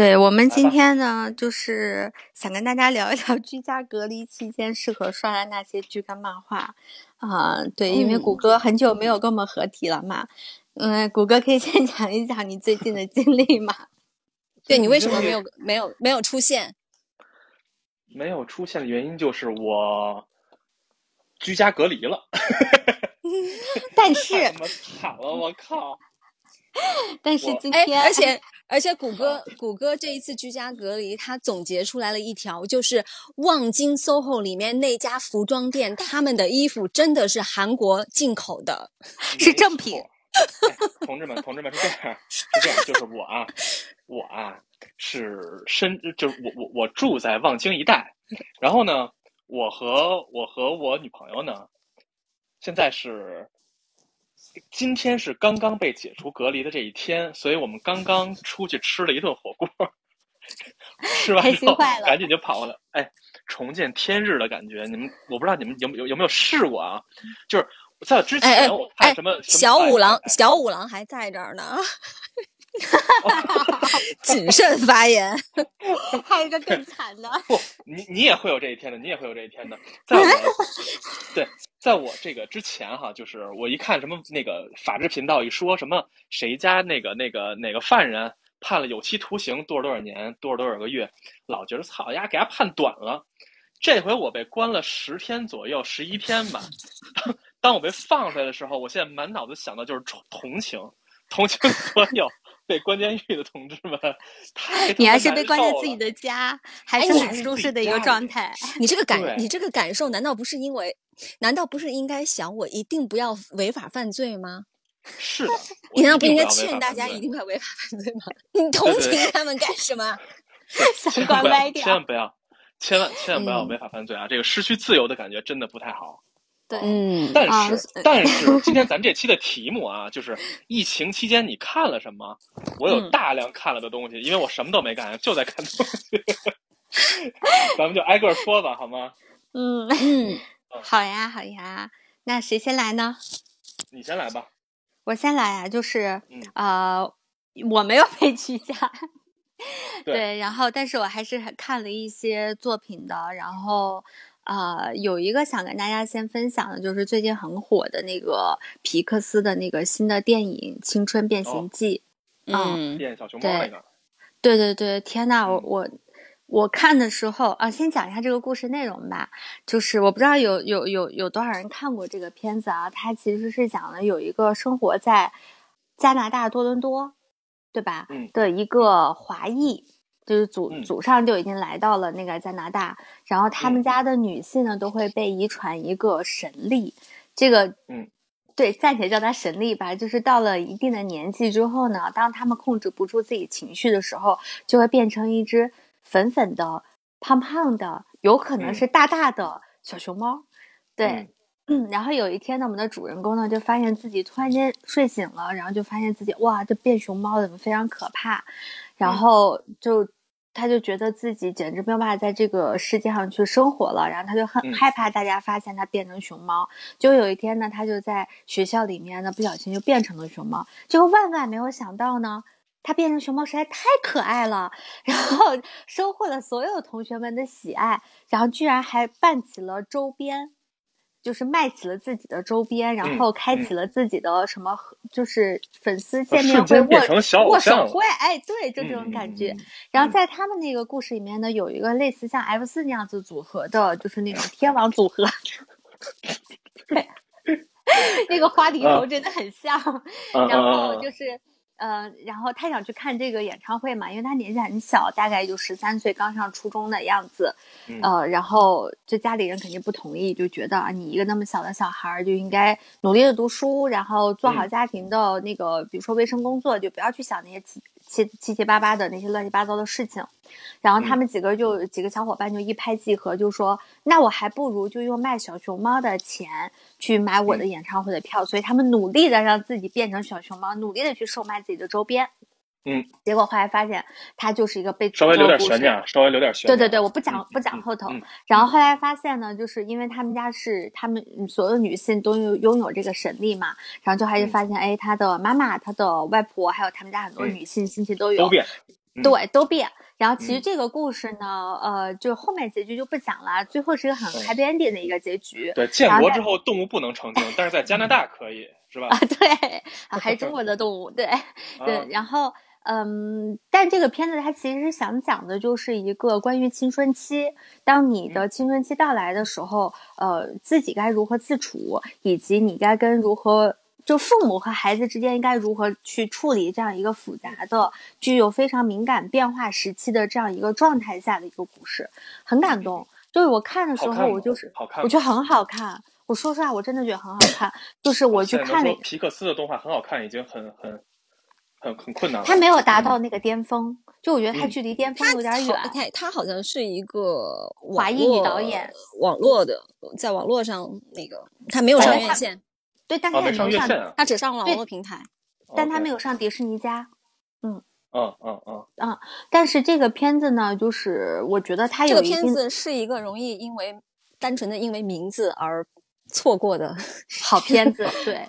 对我们今天呢，就是想跟大家聊一聊居家隔离期间适合刷的那些剧跟漫画啊、对，因为谷歌很久没有跟我们合体了嘛，嗯，谷歌可以先 讲一讲你最近的经历吗？对嗯你为什么没有没有没有出现？没有出现的原因就是我居家隔离了，但是 太他妈惨了！我靠，但是我今哎，天而且而且谷歌谷歌这一次居家隔离，它总结出来了一条，就是望京 SOHO 里面那家服装店，他们的衣服真的是韩国进口的。是正品 没错。哎同志们，同志们是这样，是这样，就是我啊，我啊是深，就是我我我住在望京一带，然后呢，我和我和我女朋友呢，现在是今天是刚刚被解除隔离的这一天，所以我们刚刚出去吃了一顿火锅， 吃完开之心后坏了赶紧就跑过来，哎，重见天日的感觉，你们我不知道你们有没有有没有试过啊？就是在之哎哎前我看哎什么、什么小哎五 郎哎哎小五郎还在这 儿呢，谨慎发言。还有一个更惨的， 不，你你也会有这一天的，你也会有这一天的。在我 对，在我这个之前哈，就是我一看什么那个法制频道一说什么谁家那个那个哪个犯人判了有期徒刑多少多少年多少多少个月，老觉得操呀给他判短了。这回我被关了十天左右，十一天吧。当当我被放出来的时候，我现在满脑子想的就是同同情，同情所有被关监狱的同志们。太他你妈还是被难关在受自己了的家，还哎是你很还是舒适自己的一个家状里态。你这个对感，你这个感受，难道不是因为，难道不是应该想我一定不要违法犯罪吗？是的，我你难道一不定应该要违劝法大犯家罪 一定不要违法犯罪吗？ 你同对情对他们干什 么？千管万不歪要，掉千万不要，千万千万不要嗯违法犯罪啊！这个失去自由的感觉真的不太好。对嗯，但啊是，但是 今天咱这期的题目啊，就是疫情期间你看了什么？我有嗯大量看了的东西，因为我什么都没干，就在看东西。 咱们就挨个儿说吧，好吗？嗯，嗯， 好呀，好呀，那谁先来呢？你先来吧。我先来啊，就是嗯呃，我没有被居家，对然后但是我还是很看了一些作品的，然后呃，有一个想跟大家先分享的，就是最近很火的那个皮克斯的那个新的电影《青春变形哦记》，嗯嗯，变小熊猫那个，对对对，天呐，我嗯我我看的时候啊，先讲一下这个故事内容吧。就是我不知道有有有有多少人看过这个片子啊，它其实是讲的有一个生活在加拿大多伦多，对吧？嗯的一个华裔，就是祖嗯祖上就已经来到了那个加拿大，然后他们嗯家的女性呢都会被遗传一个神力，这个嗯。对，暂且叫他神力吧。就是到了一定的年纪之后呢，当他们控制不住自己情绪的时候，就会变成一只粉粉的、胖胖的，有可能嗯是大大的小熊猫。对嗯，嗯，然后有一天呢，我们的主人公呢就发现自己突然间睡醒了，然后就发现自己哇，这变熊猫怎么非常可怕，然嗯后就。他就觉得自己简直没有办法在这个世界上去生活了，然后他就很嗯害怕大家发现他变成熊猫。就有一天呢，他就在学校里面呢不小心就变成了熊猫，结果万万没有想到呢，他变成熊猫实在太可爱了，然后 收获了所有同学们的喜爱，然后居然还办起了周边。就是卖起了自己的周边，然嗯后开嗯呃启了自己的什么合，就是粉丝 见面瞬会间变握成小偶握像手了会，哎，对，就这种嗯感觉。。嗯嗯然后嗯在他们那个故事里面呢，有一个类似像 F 四那样子组合的，就是 那种天王组合。 对，那个花梨头啊真的很像。嗯然嗯后嗯就是。呃，然后他想去看这个演唱会嘛，因为他年纪很小，大概就十三岁，刚上初中的样子。嗯呃，然后就家里人肯定不同意，就觉得啊，你一个那么小的小孩儿就应该努力的读书，然后做好嗯家庭的那个，比如说卫生工作，就不要去想那些七七七七八八的那些乱七八糟的事情。然后他嗯们几个就几个小伙伴就一拍即合，就说那我还不如就用卖小熊猫的钱去买嗯我的演唱会的票，所以他们努力的让自己变成小熊猫，努力的去售卖自己的周边。嗯，结果后来发现，它就是一个被稍微诅咒留的点故悬事念，啊，稍微留点悬对念对啊。对，我不讲嗯不讲后头。嗯然后后来发现呢，就是因为他们家是他们所有女性都有拥有这个神力嘛，然后就还是嗯发现，哎，他的妈妈、他的外婆，还有他们家很多嗯女性亲戚都有。都变，嗯对，都变。然后其实嗯这个故事呢，呃，就后面结局就不讲了，最后是一个很嗯 happy ending 的一个结局。 对，建然后国在之后动物不能成精，但是在加拿大可以，是吧？啊，对， 啊还是中国的动物，对对啊，，然后。嗯，但这个片子它其实想讲的就是一个关于青春期，当你嗯的青春期到来的时候，呃，自己该如何自处，以及你该跟如何就父母和孩子之间应该如何去处理这样一个复杂的、具有非常敏感变化时期的这样一个状态下的一个故事，很感动。就是我看的时嗯好候，看我吗就是好看吗。我觉得很好看。我说实话，我真的觉得很好看。就是我去现在能看了说，皮克斯的动画很好看，已经很很很很困难了。它没有达到那个巅峰，就我觉得它嗯距离巅峰他有点好远。 OK，他好像是一个网华裔女络导演，网络的，在网络上那个，他没有哦上院线，对，但哦，它也没没上有院上，线啊。他只上了对网络平台。但它没有。有上迪士尼家。嗯嗯嗯，但是这个片子呢，就是我觉得它这有个一定片子是一个容易因为单纯的因为名字而错过的。 好片子， 对，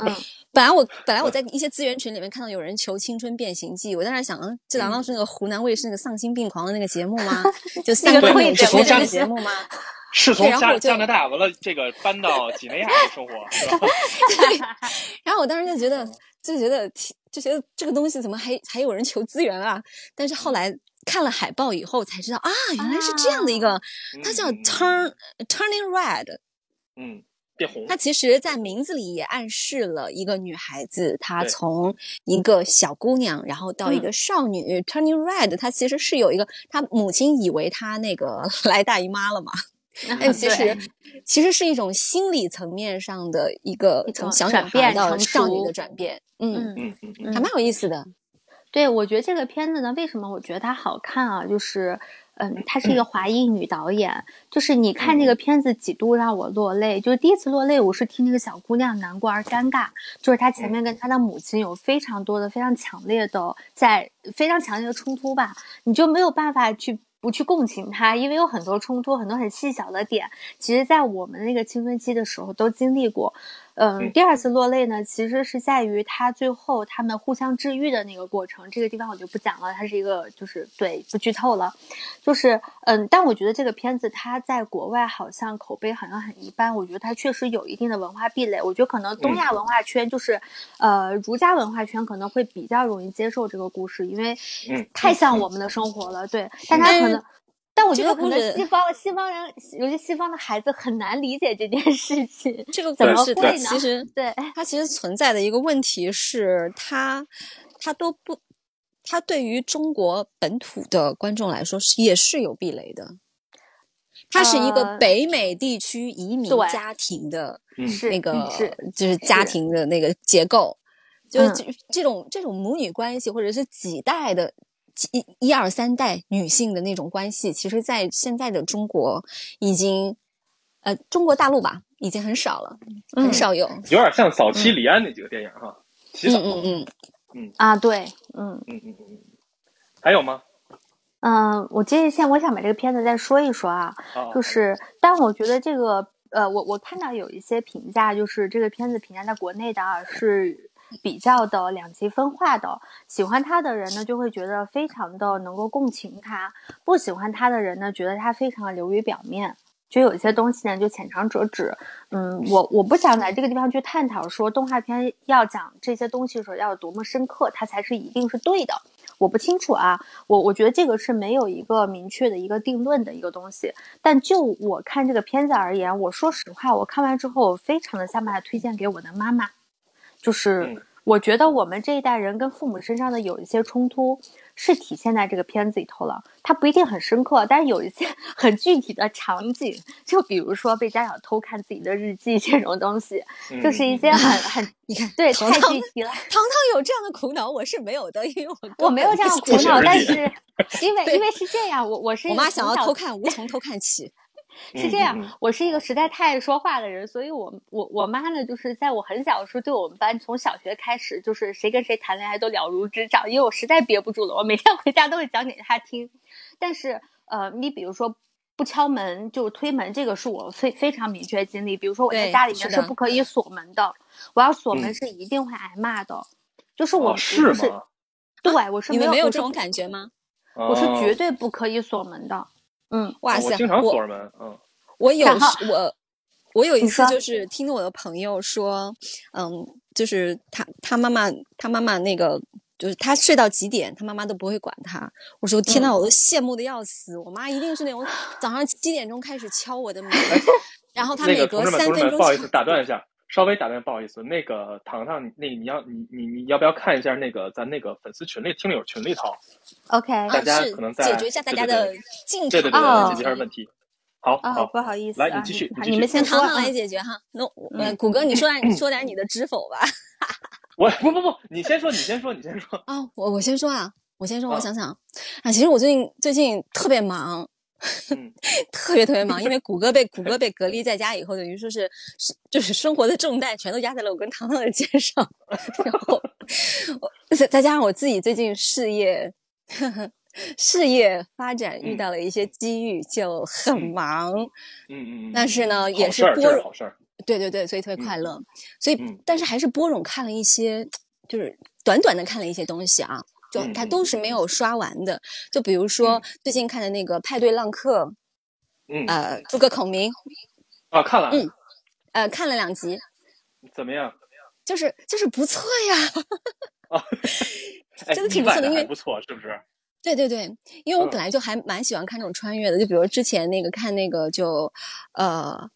嗯，本来我本来我在一些资源群里面看到有人求《青春变形记》，我在那想，嗯这难道是那个湖南卫视那个丧心病狂的那个节目 吗？就三那个观会扭节曲目的那真个的节 目吗？是从对然后加我就加拿大完了，这个搬到几内亚去生活，是 吧？ 然后我当时就觉得，嗯就觉得挺，就觉得这个东西怎么还还有人求资源啊？但是后来看了海报以后才知道啊，原来是这样的一个，它叫嗯 Turn Turning Red，嗯，变红，它其实在名字里也暗示了一个女孩子，她对从一个小姑娘，然后到一嗯个少女、Turning Red，她其实是有一个，她母亲以为她那个 来大姨妈了嘛，但哎其嗯对实其实是一种心理层面上的一个一从种小女转孩变到成少女熟的转变，嗯嗯。嗯嗯嗯，嗯还蛮有意思的。对，我觉得这个片子呢，为什么我觉得它好看啊？就是，嗯，她是一个华裔女导演，就是你看这个片子几度让我落泪，就是第一次落泪，我是替那个小姑娘难过而尴尬，就是她前面跟她的母亲有非常多的、非常强烈的在非常强烈的冲突吧，你就没有办法去。不去共情她，因为有很多冲突，很多很细小的点，其实，在我们那个青春期的时候都经历过。嗯，嗯第二次落泪呢，其实是在于他最后他们互相治愈的那个过程，这个地方我就不讲了，它是一个就是对不剧透了，就是嗯，但我觉得这个片子它在国外好像口碑好像很一般，我觉得它确实有一定的文化壁垒，我觉得可能东亚文化圈就是、呃儒家文化圈可能会比较容易接受这个故事，因为嗯太嗯像嗯我们的生活了，对，但它可但能是。但我觉这得可个故能事西方西方人，尤其西方的孩子很难理解这件事情。 这个故怎么事会它呢其实对，它其实存在的一个问题是，它它都不，它对于中国本土的观众来说是也是有壁垒的。它是一个呃北美地区移民对家庭的嗯是那个，是就是家是庭的那个结构，就是嗯这、这种这种母女关系，或者是几代的几一一二三代女性的那种关系，其实，在现在的中国已经，呃，中国大陆吧，已经很少了，很嗯少有。有点像早期李安那几个电影哈，洗嗯澡，嗯嗯，啊，对，嗯嗯嗯嗯，还有吗？嗯、呃我接着先我想把这个片子再说一说啊，啊，就是，但我觉得这个，呃，我我看到有一些评价，就是这个片子评价在国内的啊是比较的两极分化的，喜欢他的人呢就会觉得非常的能够共情他，不喜欢他的人呢觉得他非常的流于表面。就有一些东西呢，就浅尝辄止。嗯，我我不想在这个地方去探讨说动画片要讲这些东西的时候要有多么深刻，它才是一定是对的。我不清楚啊，我我觉得这个是没有一个明确的一个定论的一个东西。但就我看这个片子而言，我说实话，我看完之后，我非常的想把它推荐给我的妈妈。就是嗯我觉得我们这一代人跟父母身上的有一些冲突，是体现在这个片子里头了。它不一定很深刻，但是有一些 很具体的场景，就比如说被家长偷看自己的日记这种东西，嗯就是一些很很你看，对糖太糖具体了。 糖糖有这样的苦恼，我是没有的，因为我我没有这 样苦不是恼，日 但记是因为对因为是这样，我我是我一个妈想从要小偷看，无从偷看起。嗯嗯是这样，我是一个实在太爱说话的人，所以我我我妈呢，就是在我很小的时候，对我们班从小学开始，就是谁跟谁谈恋爱都了如指掌，因为我实在憋不住了，我每天回家都会讲给她听。但是呃，你比如说不敲门就推门，这个是我非非常明确的经历。比如说我在对家里是面的是不可以锁门的，我要锁门嗯是一定会挨骂的，就是哦我、是就是吗？对，我是你没们有没有我这是种感觉吗？啊我是绝哦对不可以锁门的。嗯，哇我塞，哦经常锁着门，嗯，我有然后时我我有一你次说就是听我的朋友说，嗯，就是他他妈妈他妈妈那个就是他睡到几点，他妈妈都不会管他。我说天呐，我都羡慕的要死，我妈一定是那种 早上七点钟开始敲我 的门，然后她那每个隔同志们，三同志们，分钟不好意敲思打断一下，稍微打断，不好意思，那个糖糖，你那个你要你你你要不要看一下那个咱那个粉丝群里听友群里头， OK 大啊，家是可能解在决一下大对家对的对进对对场对哦对，的解决一下问问题。题。好，哦，好，不好意思来你啊，继续你继你们续先说糖糖啊来。解决哈，那我嗯呃，谷歌，你说 点说点你的知否吧。我不不不，你先说，你先说，你先说。啊，我我先说啊，我先说，我啊想想啊，其实我最近最近特别忙，嗯特别特别忙，因为谷歌被谷歌被隔离在家以后，等于说是是就是生活的重担全都压在了我跟糖糖的肩 上，然后我再再加上我自己最近事业 事业发展遇嗯到了一些机遇，就很嗯忙，嗯嗯嗯，但是呢，也好是事儿，拨这冗是好事儿。对对对，所以特嗯别快乐。所以嗯，但是还是播种看了一些，就是短短的看了一些东西啊，就嗯它嗯都是没有刷完的。就比如说嗯最近看的那个《派对浪客》，嗯呃，诸葛孔明，啊，看了，嗯呃，看了两集，怎么样？就是就是不错呀。 哎，真的意挺不外错的地因还为不错，是不是？对对对，因为我嗯本来就还蛮喜欢看这种穿越的，就比如之前那个看那个就，呃，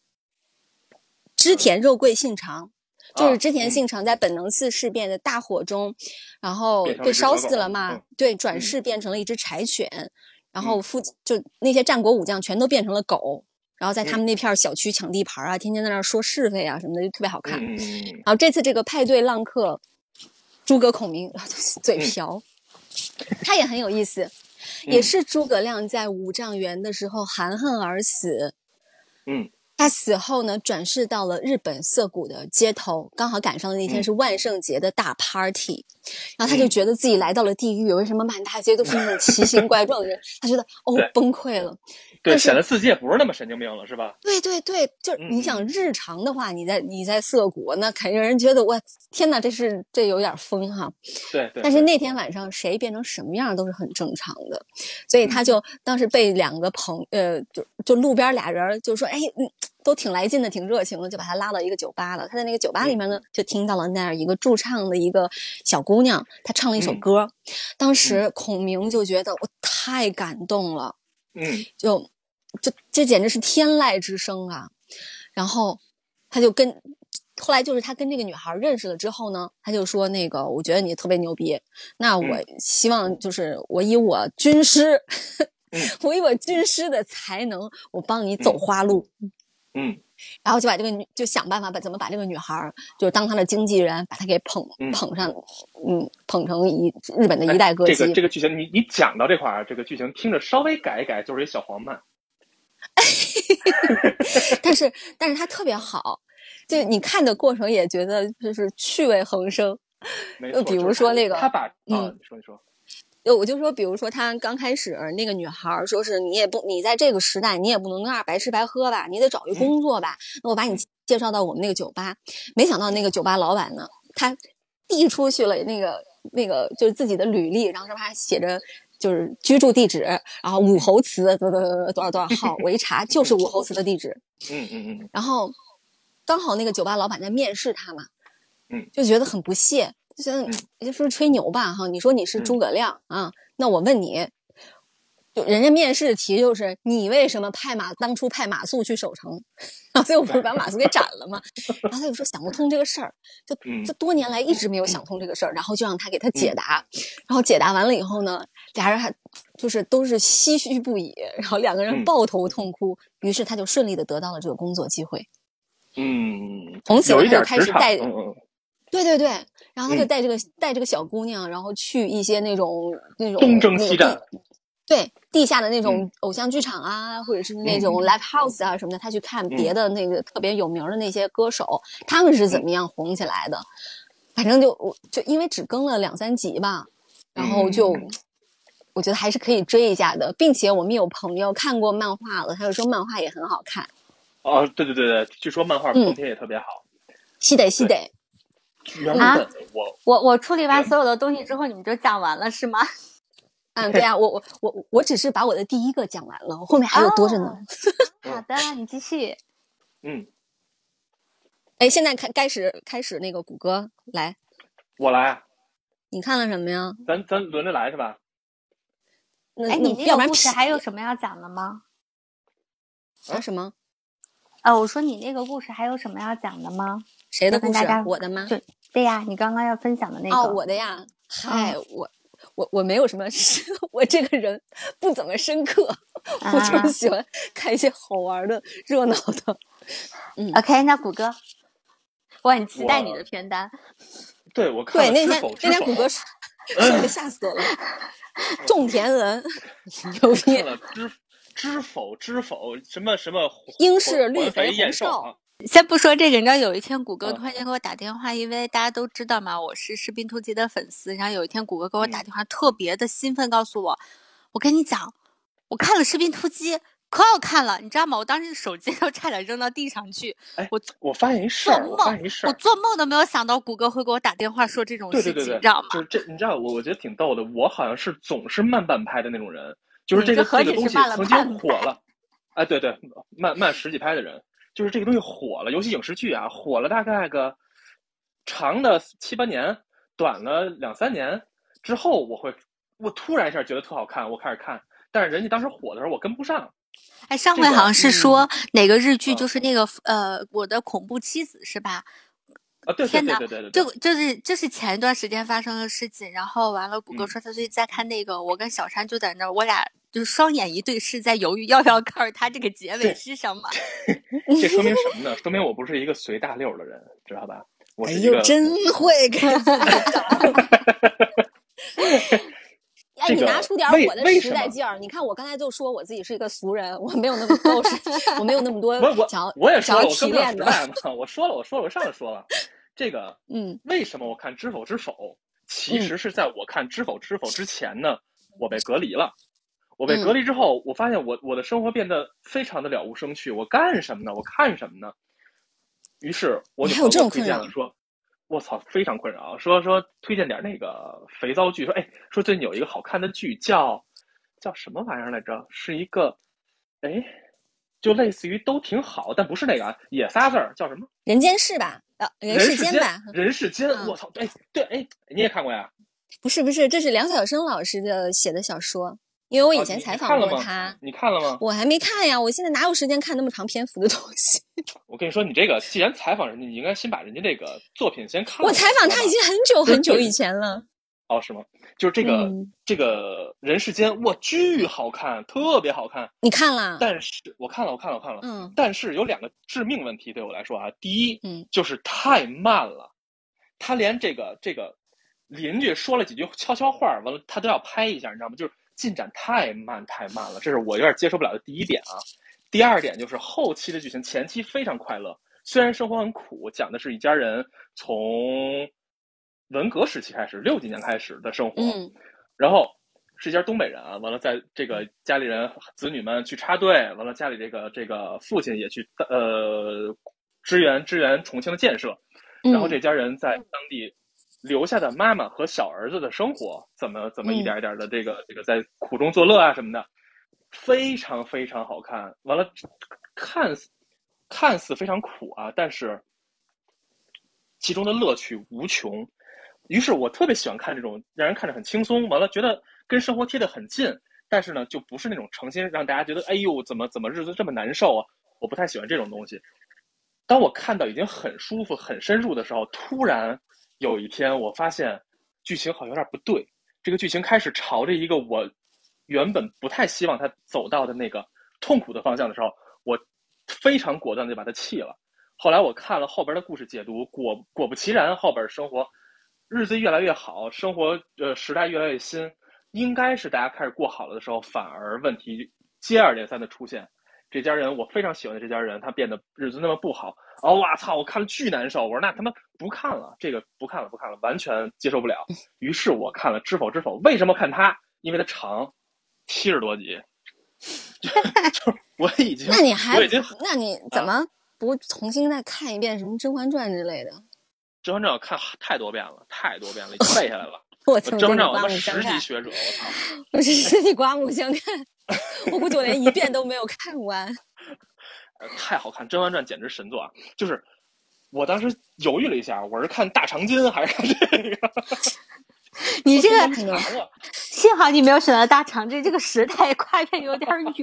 织田肉桂信长， 就是啊织田嗯信长在本能寺事变的大火中，然后变成了被一只烧小死狗了嘛，嗯对，转嗯世变成了一只柴犬，然后附近就那些战国武将全都变成了狗，然后在他嗯们那片儿小区抢地盘啊，天天在那儿说是非啊什么的，就特别好看。嗯嗯嗯，嗯然后这次这个派对浪客，诸葛孔明 嘴瓢，他也很有意思，也嗯是诸葛亮在五丈原的时候含恨而死。嗯他死后呢，转世到了日本涩谷的街头，刚好赶上那天嗯是万圣节的大 party，、然后他就嗯觉得自己来到了地狱，为什么满大街都是那种奇形怪状的人？他觉得哦对崩溃了。对，但是显得自己也不是那么神经病了，是吧？对对对，就是嗯你想日常的话，你在你在涩谷，那肯定人觉得我天哪，这是这有点疯哈。对对。但是对那天晚上谁变成什么样都是很正常的，所以他嗯就当时被两个朋呃，就就路边俩人就说，哎，嗯，都挺来劲的，挺热情的，就把他拉到一个酒吧了。他在那个酒吧里面呢，嗯就听到了那样一个驻唱的一个小姑娘，她唱了一首嗯歌。当时孔明就觉得我太感动了，嗯就就这简直是天籁之声啊！然后他就跟后来就是他跟这个女孩认识了之后呢，他就说那个我觉得你特别牛逼，那我嗯希望就是我以我军师，嗯 我以我军师的才能，我帮你走嗯花路。嗯然后就把这个女就想办法把怎么把这个女孩儿就是当她的经纪人，把她给捧嗯捧上，嗯，捧成一日本的哎一代歌姬。这个这个剧情，你你讲到这块儿，这个剧情听着稍微改一改，就是一小黄漫。但是但是它特别好，就你看的过程也觉得就是趣味横生。没就错，呃比如就是说他那个他把啊嗯，你说你说，就我就说，比如说他刚开始那个女孩儿说是你也不你在这个时代你也不能那样白吃白喝吧，你得找一工作吧。那我把你介绍到我们那个酒吧，没想到那个酒吧老板呢，他递出去了那个那个就是自己的履历，然后上面还写着。就是居住地址，然后武侯祠多多多多少多少号，我一查就是武侯祠的地址。嗯嗯嗯然后刚好那个酒吧老板在面试他嘛，嗯，就觉得很不屑，就觉得哎嗯这是不是吹牛吧？哈，你说你是嗯诸葛亮、啊，那我问你，就人家面试题就是你为什么派马当初派马谡去守城？ 啊，所以我不是把马谡给斩 了吗？然后他就说想不通这个事儿，就嗯就多年来一直没有想通这个事儿，然后就让他给他解答，然后解答完了以后呢，俩人还就是都是唏嘘不已，然后两个人嗯抱头痛哭，于是他就顺利的得到了这个工作机会，嗯嗯，从此有一他就点开职始场，带，嗯嗯对对对，然后他就嗯带这个、带这个小姑娘，然后去一些那种那种东征那种西地战，对地下的那种嗯偶像剧场啊，或者是那嗯种嗯 live house 啊什么的，他去看别的那个特别有名儿的那些歌手，他们是嗯怎么样红起来的。反正就我就因为只更了两三集吧，然后就、嗯我觉得还是可以追一下的，并且我们有朋友看过漫画了，他就说漫画也很好看，哦，对对对对，据说漫画嗯风评也特别好。西得西对得，原啊本我我我处理完所有的东西之后，你们就讲完了是吗？嗯，对啊，我我我我只是把我的第一个讲完了，后面还有多着啊 呢。哦。好的，你继续。嗯，哎、现在开开始开始那个谷歌来，我来啊，你看了什么呀？咱咱轮着来是吧？那哎，那你这呃要不个然故事屁还有什么要讲的吗？啊什么？呃，我说你那个故事还有什么要讲的吗？谁的要跟故事大家？我的吗？对对呀，你刚刚要分享的那个。嗯哦，我的呀，嗨，我我我没有什么， 我这个人不怎么深刻，啊我就是喜欢看一些好玩的、热闹的。 OK，那谷歌，我很期待我你的片单。对，我看对，了知那天否那知天否谷，歌说，说的 吓死我了，种田文 牛逼看，了知知否知否什么什么火英式火绿火肥肥红燕瘦瘦啊，先不说这个，你知道有一天谷歌嗯突然间给我打电话，因为大家都知道嘛，我是士兵突击的粉丝。然后有一天谷歌给我嗯打电话，特别的兴奋，告诉我，我跟你讲，我看了《士兵突击》，可好看了，你知道吗？我当时手机 都差点扔到地上去，我发现一事做儿，我发梦现一，事我儿，做梦都没有想到谷歌会给我打电话说这种对事对对情，对，你知道吗？就是这，你知道我我觉得挺逗的，我好像是总是慢半拍的那种人，就是你这这个何这个止东是西慢了曾半经火了，哎，对对，慢慢十几拍的人，就是这个东西火了，尤其影视剧啊，火了大概个长的七八年，短了两三年之后，我会我突然一下觉得特好看，我开始看，但是人家当时火的时候我跟不上，哎，上这回个好像是嗯说哪个日剧，嗯就是那个呃，我的恐怖妻子是吧？啊，对对天对哪对对对对就，就是就是前一段时间发生的事情，然后完了，谷歌嗯说他最近在看那个，我跟小山就在那儿，我俩就双眼一对视，在犹豫要不要告诉他这个结尾对是什么。这说明什么呢？说明我不是一个随大溜儿的人，知道吧？我哎是一个呦，真会给自己 找。 哎，这你个拿出点为我的为时什代么劲儿。你看，我刚才就说我自己是一个俗人，我没有那么 多，我没有那么多我我想要我也说了，想要我跟提不上炼时的。代嘛，我说了，我说了，我上来说了，这个嗯，为什么我看《知否知否》，其实是在我看《知否知否》之前呢，我被隔离了。我嗯被隔离之后，我发现我我的生活变得非常的了无生趣，我干什么呢？我看什么呢？于是我你女还有朋这友种推困荐扰了说。我操，非常困扰。啊说说推荐点那个肥皂剧，说哎，说最近有一个好看的剧叫叫什么玩意儿来着？是一个哎，就类似于都挺好，但不是那个啊，也仨字儿，叫什么？人间世吧，呃，人人世世间间吧，人世间，嗯我操，对对，哎，你也看过呀？不是不是，这是梁晓声老师的写的小说，因为我哦以前你采你访看了过吗他，你看了吗？我还没看呀，我现在哪有时间看那么长篇幅的东哦西？我跟你说，你这个既然采访人家，你应该先把人家这个作品先看了。我采访他已知道吧经很久对很久对以前了，哦，是吗？就是这个、嗯这个人世间，哇，巨好看，特别好看。你看了？但是我看了，我看了，我看了，嗯，但是有两个致命问题对我来说啊，第一，嗯，就是太慢了，他连这个这个邻居说了几句悄悄话儿，完了他都要拍一下，你知道吗？就是进展太慢太慢了，这是我有点接受不了的第一点啊。第二点就是后期的剧情，前期非常快乐，虽然生活很苦，讲的是一家人从文革时期开始，六几年开始的生活，嗯然后是一家东北人啊，完了在这个家里人子女们去插队，完了家里这个这个父亲也去呃支援支援重庆的建设，嗯，然后这家人在当地留下的妈妈和小儿子的生活，怎么怎么一点一点的这个这个在苦中作乐啊什么的，非常非常好看。完了，看似看似非常苦啊，但是其中的乐趣无穷。于是我特别喜欢看这种让人看着很轻松，完了觉得跟生活贴得很近，但是呢，就不是那种诚心让大家觉得哎呦怎么怎么日子这么难受啊，我不太喜欢这种东西。当我看到已经很舒服、很深入的时候，突然有一天我发现剧情好像有点不对，这个剧情开始朝着一个我原本不太希望它走到的那个痛苦的方向的时候，我非常果断的就把它弃了。后来我看了后边的故事解读，果果不其然，后边生活日子越来越好，生活呃时代越来越新，应该是大家开始过好了的时候，反而问题接二连三的出现。这家人我非常喜欢的这家人，他变得日子那么不好，哦，哇操！我看了巨难受，我说那他妈不看了，这个不看了，不看了，完全接受不了。于是我看了《知否知否》，为什么看它？因为它长，七十多集， 就就我已经，那你还我已经啊那你怎么不重新再看一遍什么《甄嬛传》之类的？周传正我看太多遍了，太 多遍了，已经背下来了。我周曾传经正我他刮妈目相十级看，学者，我操！我是实体刮目相看，我估计我连一遍都没有看完。呃太好看，《甄嬛传》简直神作啊！就是我当时犹豫了一下，我是看大长今 还是看这个？ 你这我个看过完了幸好你没有选择大长今，这个时代跨越有点儿远。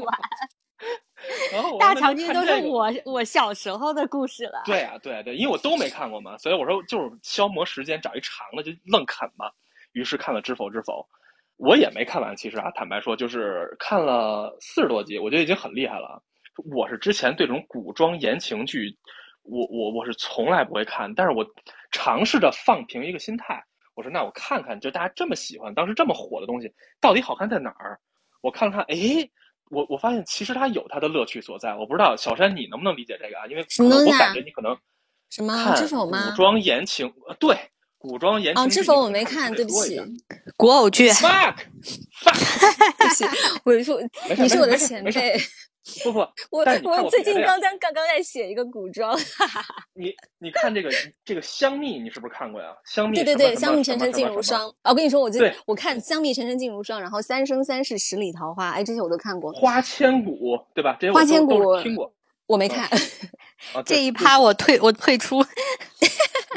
然后我大说那就长今看都这是个我我小时候的故事了。对啊，对啊对，因为我都没看过嘛，所以我说就是消磨时间，找一长的就愣啃嘛。于是看了《知否知否》，我也没看完。其实啊，坦白说，就是看了四十多集，我觉得已经很厉害了。啊我是之前对这种古装言情剧，我我我是从来不会看，但是我尝试着放平一个心态，我说那我看看，就大家这么喜欢，当时这么火的东西，到底好看在哪儿？我看了看，诶，我我发现其实它有它的乐趣所在。我不知道小山你能不能理解这个啊？因为什么可能东西我啊感觉你可能什么看知否吗古？装言情，呃，对，古装言情哦，剧。知否我没看，对不起， 古偶剧 Fuck，对不起，我说没事你是我的没事前没事辈，不不，我但是你看我我最别近的呀刚刚刚刚在写一个古装，你你看这个这个香蜜，你是不是看过呀？香蜜对什对么什对，么香蜜什沉么沉什么烬如什么霜。啊，我跟你说，我就对我看香蜜沉沉烬如霜，然后三生三世十里桃花，哎，这些我都看过，花千骨，对吧？这些我花都都千骨是听过我没看。啊。这对一趴我退我退出，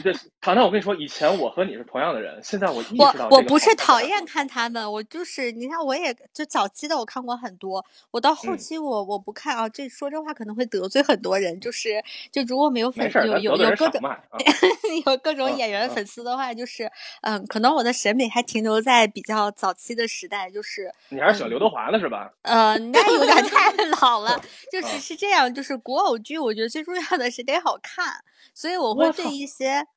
对，糖糖，我跟你说，以前我和你是同样的人，现在我意识到我我这个不是好讨厌看他们，我就是你看我也就早期的我看过很多，我到后嗯期我我不看啊，这说这话可能会得罪很多人，就是就如果没有没粉事儿，有咱有得罪有人各少种 骂啊。有各种嗯演员嗯粉丝的话，就是嗯，可能我的审美还停留在比较早期的时代，就是你还是喜欢刘德华的是吧？呃，那有点儿 太老 了，就是嗯是这样，就是古偶剧，我觉得最重要的是得好看，所以我会我对操一些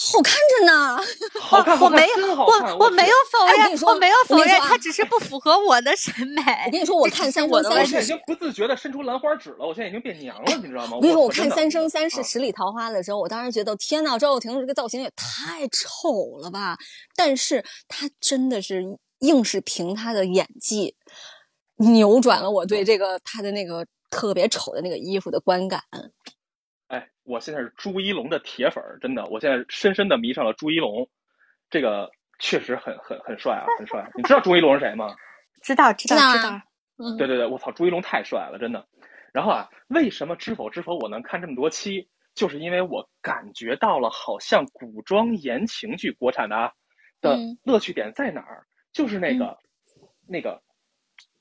好看着呢，好 看，我好看没真有好我看我去没有否哎我跟认你，说我没有我否跟你认，说啊它只是不符合我的审我哎美。跟你说，我这只看是三我的生三我问现世题在已经不自觉的伸出兰花指了，我现在已经变娘了，你知道吗？我跟你说，我我看真《三的生三世啊十里桃花》的时候，我当时觉得天呐，赵又廷这个造型也太丑了吧！但是他真的是硬是凭他的演技，扭转了我对这个他的那个特别丑的那个衣服的观感。哎，我现在是朱一龙的铁粉儿，真的，我现在深深的迷上了朱一龙，这个确实很很很帅啊，很帅。你知道朱一龙是谁吗？知道知道那知道，嗯，对对对，我操，朱一龙太帅了，真的。然后啊，为什么《知否知否》我能看这么多期，就是因为我感觉到了，好像古装言情剧国产的啊的嗯乐趣点在哪儿，就是那个、那个、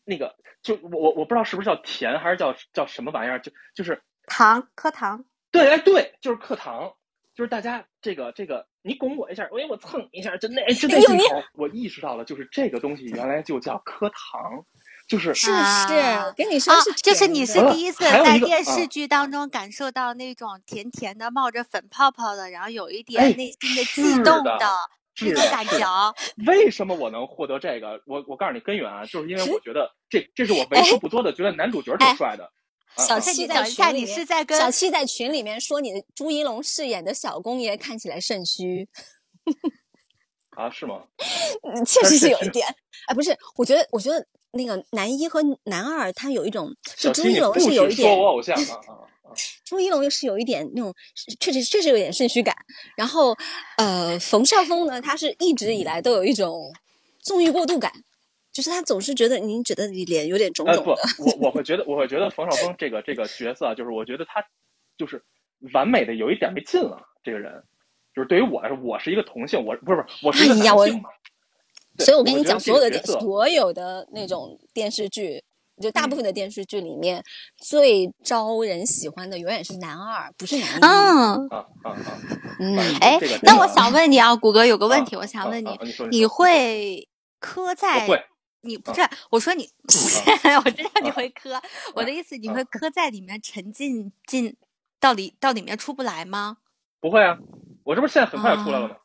那个，就我我我不知道是不是叫甜还是叫叫什么玩意儿，就就是糖课堂，对，哎，对，就是课堂，就是大家这个这个，你拱我一下，哎，我蹭一下，真的，哎，真的哎呦一口，我意识到了，就是这个东西原来就叫课堂，就是是不是？啊跟你说啊是、，就是你是的第一次还有在一个电啊视剧当中感受到那种甜甜的、冒着粉泡泡的，然后有一哎点内心的悸是动那种的是的感是的觉。为什么我能获得这个？我我告诉你根源啊，就是因为我觉得这这是我为数不多的觉得男主角挺帅的。啊哎小啊气你在等一群下，里你面是在跟小七在群里面说，你的朱一龙饰演的小公爷看起来肾虚，啊，是吗？嗯确实是是有一是点。哎，不是，我觉得，我觉得那个男一和男二他有一种，小就朱七，一你龙不是有许一点说，我偶像啊啊 啊！朱一龙是有一点那种，确实确实有点肾虚感。然后，呃，冯绍峰呢，他是一直以来都有一种纵欲过度感，就是他总是觉得你觉得你脸有点肿呃，肿 不的。，我我会觉得，我会觉得冯绍峰这个这个角色啊，就是我觉得他就是完美的有一点没劲了。这个人，就是对于我来说，我是一个同性，我不是不是，我是一个哎呀我男性嘛。对所以我跟你觉得讲，这所有个角的电色所有的那种电视剧，就大部嗯分的电视剧里面，最招人喜欢的永远是男二，不是男一。嗯，啊啊啊！嗯，反正哎这个，那这我个啊想问你啊，谷歌有个问题，啊我想问啊你啊，你说你说会磕在？我会你不啊是我说你，我知道你会磕。我的意思，你啊会磕在里面沉浸进到里到里面出不来吗？不会啊？我这不是现在很快就出来了吗？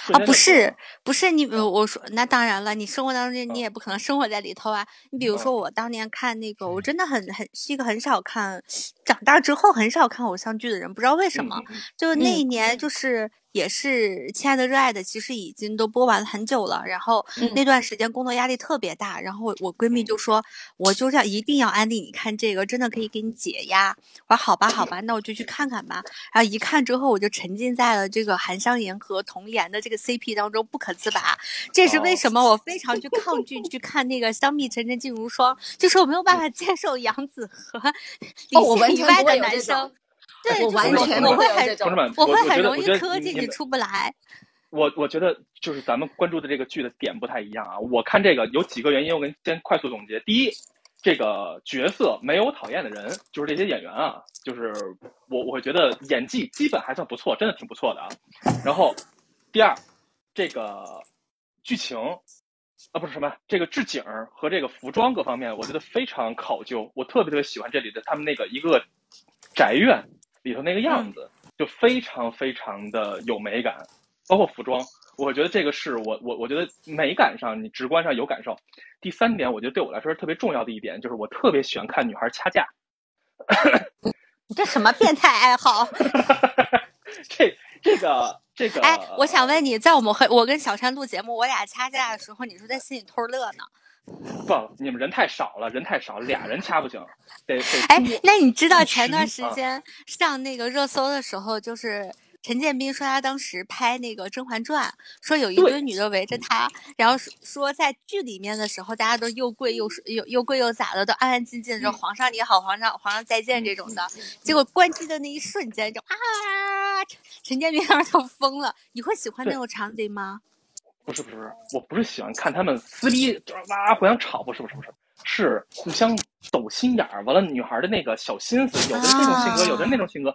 瞬啊，间不就出来啊了是，不是你，呃我说那当然了，你生活当中啊你也不可能生活在里头啊。你比如说我当年看那嗯个，我真的很很是一个很少看，长大之后很少看偶像剧的人，不知道为什么。嗯嗯嗯就那一年，就是也是《亲爱的热爱的》，其实已经都播完了很久了。然后嗯那段时间工作压力特别大，然后我闺蜜就说：“我就要一定要安利你看这个，真的可以给你解压。”我说：“好吧，好吧，那我就去看看吧。”然后一看之后，我就沉浸在了这个韩商言和童颜的这个 CP 当中不可自拔。这哦是为什么我非常去抗拒去看那个《香蜜沉沉烬如霜》，就是我没有办法接受杨紫和 嗯哦我李完现以全外不的会有男这生种。对，就我是完我全我不会会有很这同种志们，我我会我觉很得，容我易觉得磕你进你去们出不来。我我觉得就是咱们关注的这个剧的点不太一样啊。我看这个有几个原因，我给你先快速总结。第一，这个角色没有讨厌的人，就是这些演员啊，就是我我会觉得演技基本还算不错，真的挺不错的啊。然后，第二，这个剧情啊不是什么，这个置景儿和这个服装各方面，我觉得非常考究。我特别特别喜欢这里的他们那个一个宅院里头那个样子，就非常非常的有美感。包括服装，我觉得这个是我我我觉得美感上你直观上有感受。第三点，我觉得对我来说是特别重要的一点，就是我特别喜欢看女孩掐架。你这什么变态爱好？ 这这个这个，哎，我想问你，在我们和我跟小山录节目，我俩掐架的时候，你是在心里偷乐呢？不，你们人太少了，人太少了，俩人掐不行，得得。哎，那你知道一前段时群啊间上那个热搜的时候，就是陈建斌说他当时拍那个《甄嬛传》，说有一对堆女的围着他，然后说说在剧里面的时候，大家都又跪又又又跪又咋的，都安安静静的嗯说“皇上你好，皇上皇上再见”这种的。结果关机的那一瞬间就啊，陈陈建斌当时都疯了。你会喜欢那对种场景吗？不是不是，我不是喜欢看他们撕逼，就是哇互相吵，不是不是不是，是互相抖心眼儿。完了，女孩的那个小心思，有的这种性格，有的那种性格。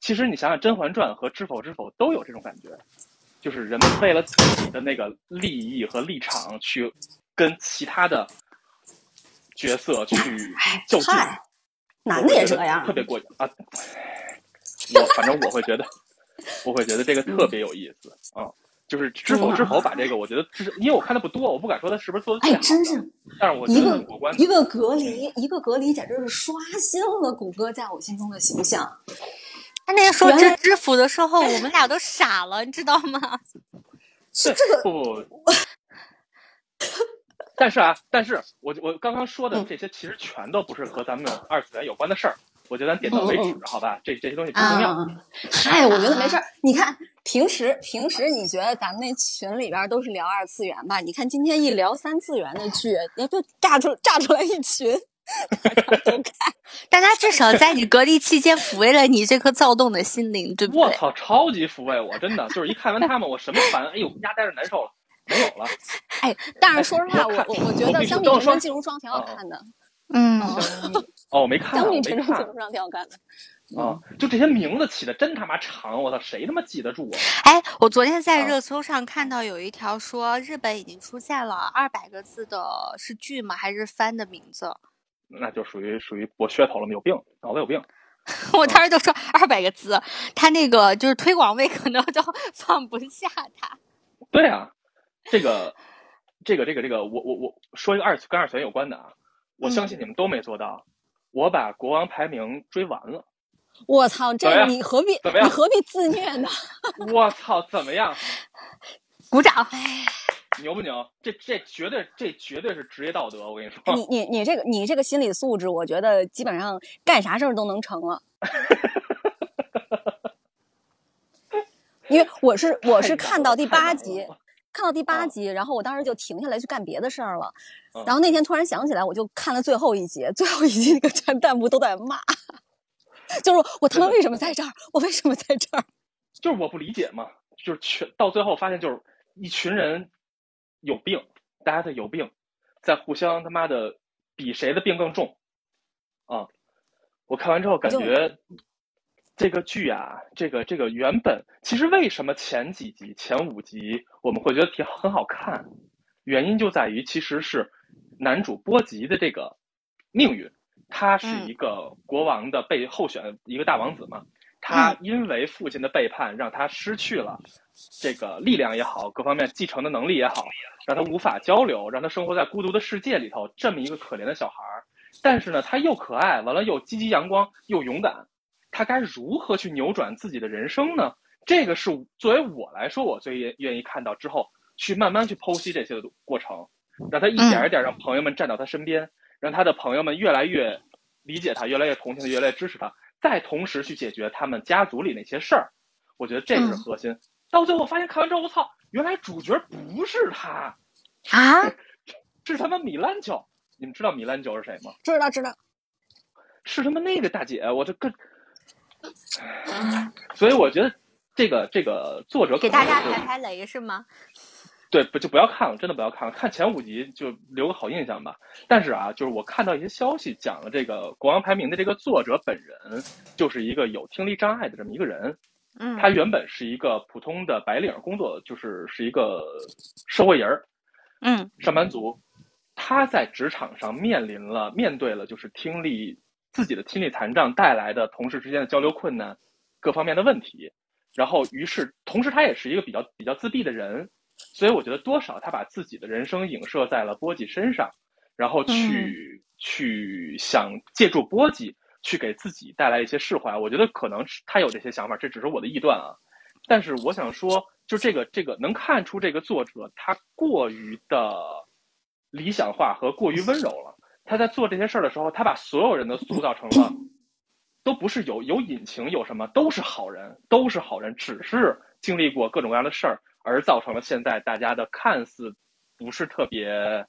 其实你想想，《甄嬛传》和《知否知否》都有这种感觉，就是人们为了自己的那个利益和立场去跟其他的角色去较劲，嗨，男我的会也觉这得样特。别过瘾 啊！我反正我会觉得，我会觉得这个嗯特别有意思啊、就是知否知否把这个，我觉得知，因为我看的不多，我不敢说他是不是做的哎最，好的，真是但是我觉一得个我观一个隔离，一个隔离，简直是刷新了谷歌在我心中的形象。他那天说原这来知府的时候，我们俩都傻了，你知道吗？是这个不不不。但是啊，但是我我刚刚说的嗯这些，其实全都不是和咱们二次元有关的事儿。我觉得咱点到为止嗯，好吧？这这些东西不重要。啊，嗨，我觉得没事儿。你看平时平时你觉得咱们那群里边都是聊二次元吧？你看今天一聊三次元的剧，也就炸出炸出来一群。但他至少在你隔离期间抚慰了你这颗躁动的心灵，对不我对？操，超级抚慰我，真的就是一看完他们，我什么烦，哎呦，压待着难受了，没有了。哎，但是说实话，哎我我看我我觉我得必《须香蜜等会沉儿沉烬如霜》挺好看的，嗯， 哦，我没看，香我蜜没沉沉看烬如霜挺好看的。啊！就这些名字起的真他妈长，我操， 谁他妈记得住啊？哎，我昨天在啊热搜上看到有一条说日本已经出现了二百个字的是剧吗？还是番的名字？ 那就属于属于博噱头了，有病，脑子有病。我当时就说二百个字，他那个就是推广位可能都放不下他。对啊，这个，这个，这个，这个，我我我说一个二次跟二次元有关的啊，我相嗯信你们都没做到。我把国王排名追完了， 我操，怎么这样你何必怎么样你何必自虐呢？我操，怎么样？鼓掌！哎，牛不牛？这这绝对这绝对是职业道德，我跟你说。你你你这个你这个心理素质，我觉得基本上干啥事儿都能成了。因为我是 我是看到第八太集难了，看到第八啊集，然后我当时就停下来去干别的事儿了嗯。然后那天突然想起来，我就看了最后一集，最后一集那个 全弹幕都在骂， 就是我他妈为什么在这儿？我为什么在这儿？就是我不理解嘛，就是全到最后发现就是一群人有病，大家都有病，在互相他妈的比谁的病更重啊！我看完之后感觉这个剧啊，这个这个原本其实为什么前几集前五集我们会觉得挺很好看，原因就在于其实是男主波吉的这个命运，他是嗯一个国王的被候选一个大王子嘛。他因为父亲的背叛，让他失去了这个力量也好，各方面继承的能力也好，让他无法交流，让他生活在孤独的世界里头，这么一个可怜的小孩儿。但是呢，他又可爱，完了又积极阳光，又勇敢，他该如何去扭转自己的人生呢？这个是作为我来说，我最愿愿意看到之后去慢慢去剖析这些的过程，让他一点一点让朋友们站到他身边，让他的朋友们越来越理解他，越来越同情他，越来越支持他，再同时去解决他们家族里那些事儿。我觉得这个是核心。到最后发现看完之后，我操，原来主角不是他，啊，是他妈米兰乔。你们知道米兰乔是谁吗？知道知道，是他妈那个大姐，我这更。所以我觉得这个这个作者嗯给大可能家是排排雷是吗？对，不就不要看了，真的不要看了，看前五集就留个好印象吧。但是啊，就是我看到一些消息讲了这个《国王排名》的这个作者本人就是一个有听力障碍的这么一个人，嗯，他原本是一个普通的白领工作，就是是一个社会人儿，嗯上班族，他在职场上面临了面对了就是听力自己的听力残障带来的同事之间的交流困难，各方面的问题，然后于是同时他也是一个比较比较自闭的人，所以我觉得多少他把自己的人生影射在了波吉身上，然后去、去想借助波吉去给自己带来一些释怀，我觉得可能是他有这些想法，这只是我的臆断啊。但是我想说，就这个这个能看出这个作者他过于的理想化和过于温柔了。他在做这些事儿的时候，他把所有人都塑造成了都不是有有隐情有什么，都是好人，都是好人，只是经历过各种各样的事儿，而造成了现在大家的看似不是特别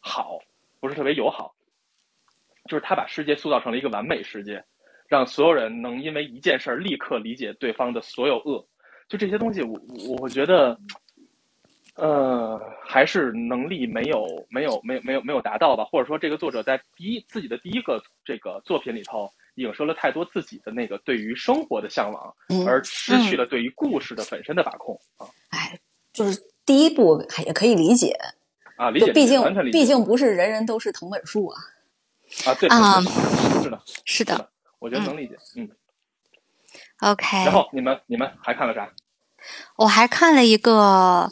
好，不是特别友好。就是他把世界塑造成了一个完美世界，让所有人能因为一件事儿立刻理解对方的所有恶，就这些东西我，我我觉得，呃，还是能力没有没有没有没有没有达到吧，或者说这个作者在第一自己的第一个这个作品里头，影射了太多自己的那个对于生活的向往，嗯而失去了对于故事的本身的把控啊哎，就是第一部还也可以理解，啊，理就解，毕竟完全理解毕竟不是人人都是藤本树啊。啊，对，啊是的，是是的的，我觉得能理解，嗯。 ，OK。然后你们你们还看了啥？我还看了一个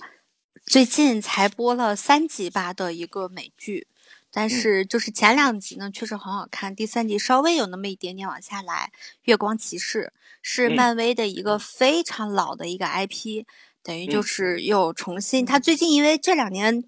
最近才播了三集吧的一个美剧，但是就是前两集呢确实很好看，第三集稍微有那么一点点往下来。月光骑士是嗯漫威的一个非常老的一个 IP，、等于就嗯是又重新，它最近因为这两年。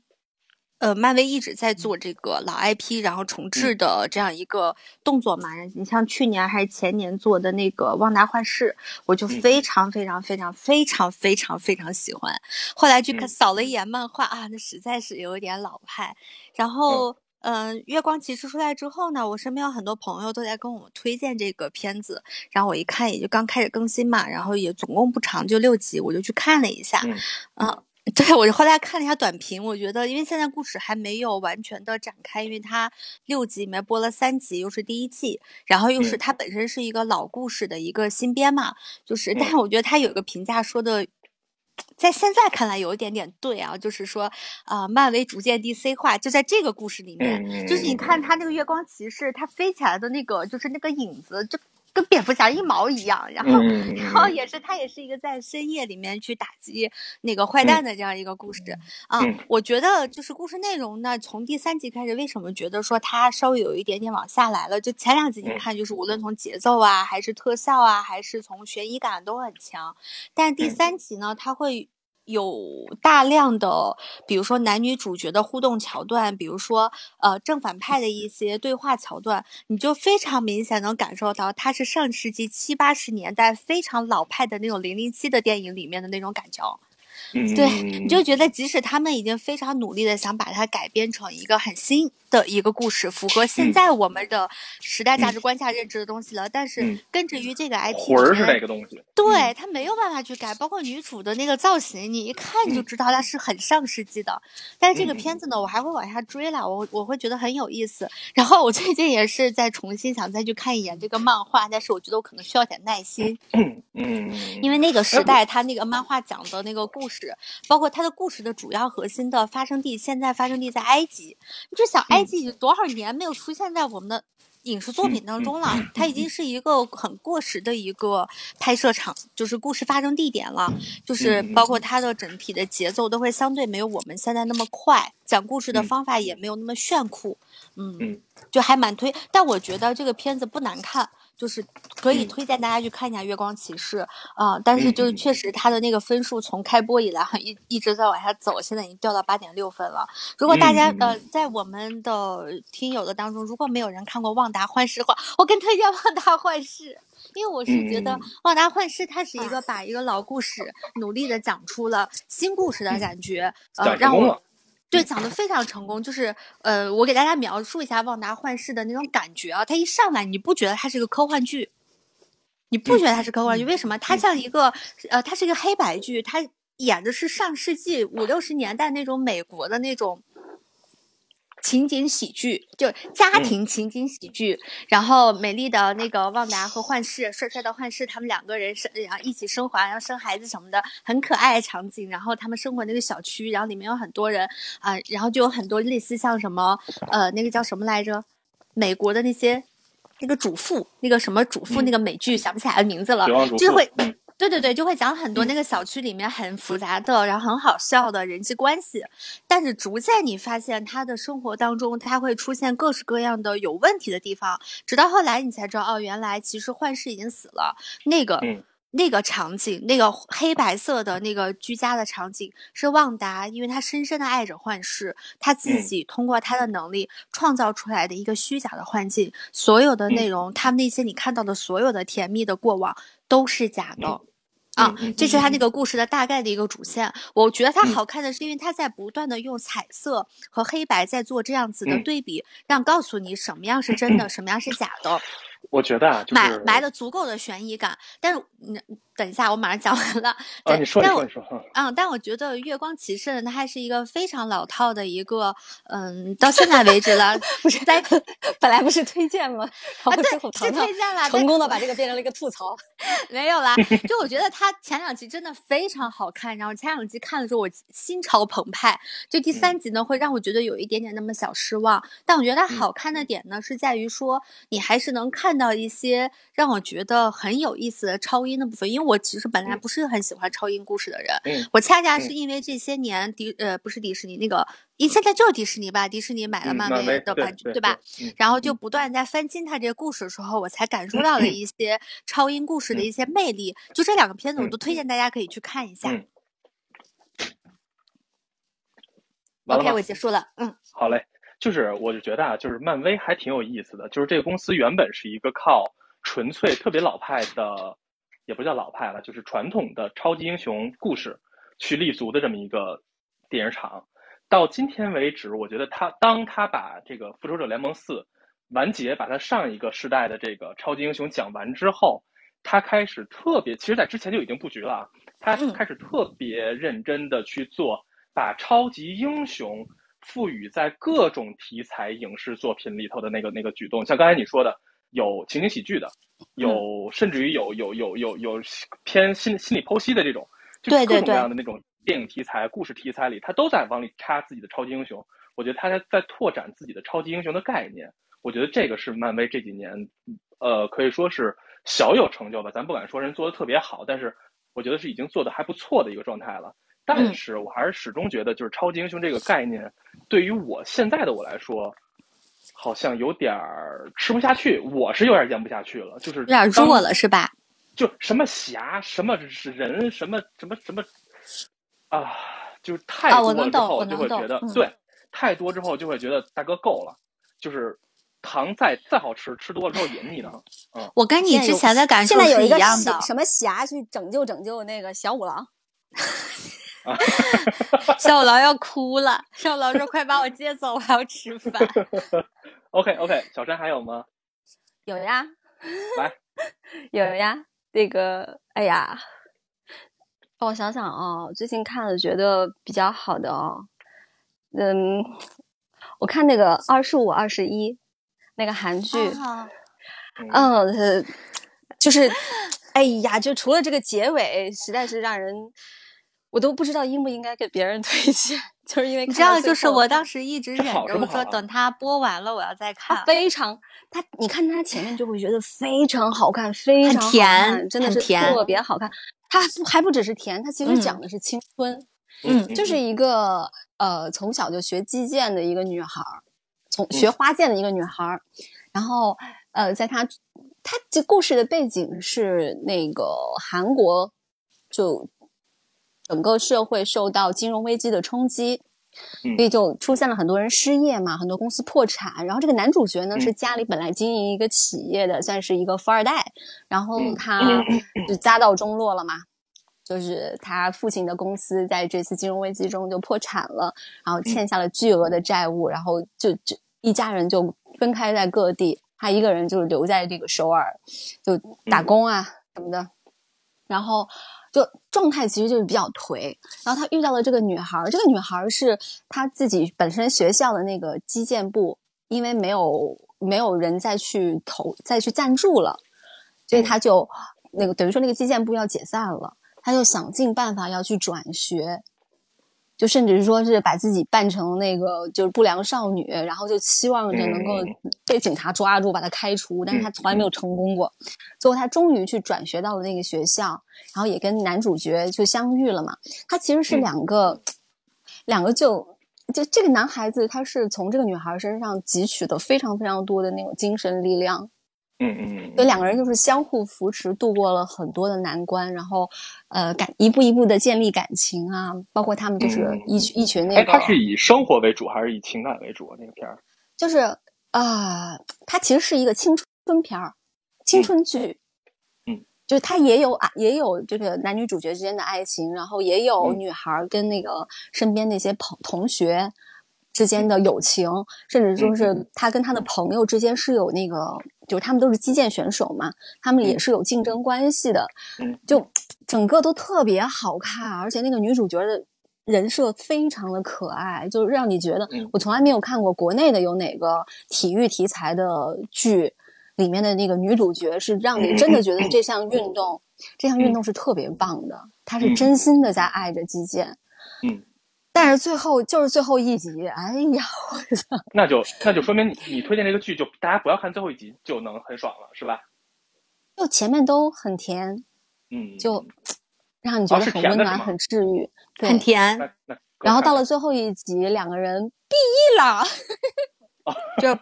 呃，漫威一直嗯在做这个老 IP，然后重置的这样一个动作嘛。你像去年还是前年做的那个《旺达幻视》，我就嗯非常非常非常非常非常非常喜欢。后来去看嗯扫了一眼漫画啊，那实在是有一点老派。然后，嗯、月光骑士出来之后呢，我身边有很多朋友都在跟我推荐这个片子，然后我一看也就刚开始更新嘛，然后也总共不长，就六集，我就去看了一下。 嗯对，我后来看了一下短评，我觉得因为现在故事还没有完全的展开，因为它六集里面播了三集，又是第一季，然后又是嗯它本身是一个老故事的一个新编嘛，就是，嗯但是我觉得它有一个评价说的。在现在看来有一点点对啊，就是说，啊、漫威逐渐 DC 化，就在这个故事里面，嗯，就是你看他那个月光骑士，他飞起来的那个，就是那个影子，就跟蝙蝠侠一毛一样，然后嗯，然后也是他也是一个在深夜里面去打击那个坏蛋的这样一个故事、啊嗯。我觉得就是故事内容呢，从第三集开始，为什么觉得说它稍微有一点点往下来了？就前两集你嗯看，就是无论从节奏啊，还是特效啊，还是从悬疑感都很强，但第嗯三集呢，它会。有大量的，比如说男女主角的互动桥段，比如说呃正反派的一些对话桥段，你就非常明显能感受到，它是上世纪七八十年代非常老派的那种零零七的电影里面的那种感觉。嗯对嗯你就觉得，即使他们已经非常努力的想把它改编成一个很新的一个故事，符合嗯现在我们的时代价值观下认知的东西了，但是嗯根植于这个 IP 魂儿是里面那个东西，对他没有办法去改，包括女主的那个造型，你一看就嗯知道她是很上世纪的。但是这个嗯片子呢，我还会往下追啦，我我会觉得很有意思。然后我最近也是在重新想再去看一眼这个漫画，但是我觉得我可能需要点耐心，嗯嗯，嗯因为那个时代他那个漫画讲的那个故事，包括他的故事的主要核心的发生地，现在发生地在埃及。你就想埃及有多少年没有出现在我们的影视作品当中了，它已经是一个很过时的一个拍摄场，就是故事发生地点了，就是包括它的整体的节奏都会相对没有我们现在那么快，讲故事的嗯方法也没有那么炫酷。嗯嗯就还蛮推。但我觉得这个片子不难看，就是可嗯以推荐大家去看一下《月光骑士》啊、但是就是确实它的那个分数从开播以来好像一一直在往下走，现在已经掉到八点六分了。如果大家、嗯呃在我们的听友的当中，如果没有人看过《旺达幻视》的话，我更推荐《旺达幻视》。因为我是觉得嗯《旺达幻视》它是一个把一个老故事努力的讲出了新故事的感觉，呃，嗯讲成让功我了嗯对讲的非常成功。就是呃，我给大家描述一下《旺达幻视》的那种感觉啊，它一上来你不觉得它是个科幻剧，你嗯不觉得它是科幻剧？为什么？它像一个呃，它是一个黑白剧，它演的是上世纪五六十年代那种美国的那种。情景喜剧，就家嗯庭情景喜剧。然后美丽的那个旺达和幻视，帅帅的幻视，他们两个人生，然后一起生活，然后生孩子什么的，很可爱的场景。然后他们生活那个小区，然后里面有很多人啊、然后就有很多类似像什么呃，那个叫什么来着？美国的那些那个主妇，那个什么主妇，嗯那个美剧想不起来名字了绝，望嗯主就妇，会。对对对，就会讲嗯很多那个小区里面很复杂的，然后很好笑的人际关系，但是逐渐你发现他的生活当中，他会出现各式各样的有问题的地方，直到后来你才知道，哦，原来其实幻视已经死了，那个。嗯那个场景，那个黑白色的那个居家的场景是旺达，因为他深深的爱着幻视，他自嗯己通过他的能力创造出来的一个虚假的幻境。所有的嗯内容，他们那些你看到的所有的甜蜜的过往都是假的。啊，这是他那个故事的大概的一个主线。我觉得它好看的是，因为它在不断的用彩色和黑白在做这样子的嗯对比，让告诉你什么样是真的，什么样是假的，我觉得啊，就埋是埋的足够的悬疑感。但是，嗯，等一下，我马上讲完了。啊，对，你说你但说我你说，嗯嗯，但我觉得《月光骑士》呢，它还是一个非常老套的一个，嗯，到现在为止了，不是在本来不是推荐吗？然啊，后对，最后是糖糖推荐了，成对功的把这个变成了一个吐槽。没有啦，就我觉得它前两集真的非常好看，然后前两集看了之后我心潮澎湃，就第嗯三集呢会让我觉得有一点点那么小失望，但我觉得它好看的点呢是在于说你还是能看到一些让我觉得很有意思的超英的部分，因为我其实本来不是很喜欢超英故事的人，嗯我恰恰是因为这些年迪呃不是迪士尼那个，因现在就是迪士尼吧，迪士尼买了嗯，漫漫威的对版权对嗯吧？？对然后就不断在翻新它这个故事的时候，我才感嗯受到了一些超英故事的一些魅力。就这两个片子，我都推荐大家可以去看一下。嗯完了 OK，吗我结束了。嗯好嘞，就是我就觉得啊，就是漫威还挺有意思的，就是这个公司原本是一个靠纯粹特别老派的，也不叫老派了，就是传统的超级英雄故事去立足的这么一个电影厂。到今天为止，我觉得他当他把这个《复仇者联盟四》完结，把他上一个世代的这个超级英雄讲完之后，他开始特别，其实在之前就已经布局了啊，他嗯开始特别认真的去做，把超级英雄赋予在各种题材影视作品里头的那个那个举动，像刚才你说的，有情景喜剧的，有嗯甚至于有有有有有偏心心理剖析的这种，就是对对各种各对样的那种电影题材、故事题材里，他都在往里插自己的超级英雄。我觉得他在在拓展自己的超级英雄的概念。我觉得这个是漫威这几年，呃，可以说是小有成就吧。咱不敢说人做的特别好，但是我觉得是已经做的还不错的一个状态了。嗯但是我还是始终觉得，就是超级英雄这个概念，对于我现在的我来说，好像有点儿吃不下去。我是有点咽不下去了，就是有有点弱了是吧？就什么侠，什么是人，什么什么什么，啊，就是太啊多我能了之懂后，我就能会懂觉得、嗯对，太多之后就会觉得大哥够了，就是糖再再好吃，吃多了之后也腻囊。我 跟你现在之有前的感现受在有是一个样喜的。什么侠去拯救拯救那个小五郎，小 五郎要哭了，小五郎说：“快把我接走，我还要吃 饭。 OK OK，小山还有吗？有呀，来，有呀，那个，哎呀，让我想想啊、最近看了觉得比较好的哦，嗯，我看那个二十五二十一那个韩剧，啊嗯，呃就是， 哎呀，就除了这个结尾，实在是让人，我都不知道应不应该给别人 推荐，就是因为”看你知到道，最就是后我当时一直这忍好着，这我么说好啊等它播完了我要再它看。非常，它你看它前面就会觉得非常好看，非很常好甜看真的很是甜特别好看。它不还不只是甜，它其实嗯讲的是青春，嗯就是一个呃从小就学击剑的一个女孩儿，从嗯学花剑的一个女孩儿，然后呃，在她她这故事的背景是那个韩国就整个社会受到金融危机的冲击，嗯所以就出现了很多人失业嘛，很多公司破产。然后这个男主角呢嗯是家里本来经营一个企业的，算是一个富二代，然后嗯 他就家道中落了嘛。就是他父亲的公司在这次金融危机中就破产了，然后欠下了巨额的债务，然后就就一家人就分开在各地，他一个人就留在这个首尔，就打工啊什么的，然后就状态其实就是比较颓。然后他遇到了这个女孩儿，这个女孩儿是他自己本身学校的那个击剑部，因为没有没有人再去投再去赞助了，所以他就那个等于说那个击剑部要解散了，他就想尽办法要去转学。就甚至说是把自己扮成那个就是不良少女，然后就期望着能够嗯被警察抓住，把他开除，但是他从来没有成功过。最后他终于去转学到了那个学校，然后也跟男主角就相遇了嘛。他其实是嗯两个，两个就就这个男孩子，他是从这个女孩身上汲取的非常非常多的那种精神力量，嗯嗯所以两个人就是相互扶持，度过了很多的难关，然后呃感一步一步的建立感情啊，包括他们就是嗯一群、一群嗯，那哎，个，它是以生活为主还是以情感为主？那个片儿，就是啊、它其实是一个青春片儿，青春剧。嗯就是它也有啊，也有这个男女主角之间的爱情，然后也有嗯女孩儿跟那个身边那些朋同学之间的友情，甚至说嗯是他跟他的朋友之间是有那个，就是他们都是击剑选手嘛，他们也是有竞争关系的，嗯就整个都特别好看，而且那个女主角的人设非常的可爱，就让你觉得嗯我从来没有看过国内的有哪个体育题材的剧里面的那个女主角是让你真的觉得这项运动，这项嗯运动是特别棒的，她是真心的在爱着击剑。嗯，但是最后就是最后一集，哎呀，那就那就说明你你推荐这个剧就大家不要看最后一集就能很爽了，是吧？就前面都很甜，嗯，就让你觉哦得是很甜温的暖、是吗很治愈，对很。甜。那那然后到了了最后一集，两个人毕业了，就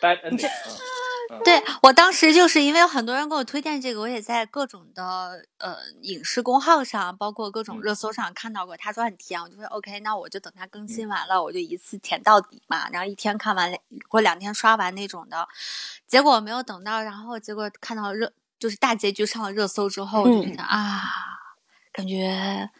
bad ending，嗯对我当时就是因为有很多人给我推荐这个，我也在各种的呃影视公号上，包括各种嗯热搜上看到过，他说很甜，我就说 OK，那我就等它更新完了，我就一次舔到底嘛，然后一天看完或两天刷完那种的，结果没有等到，然后结果看到热就是大结局上了热搜之后，我就觉得、啊，感觉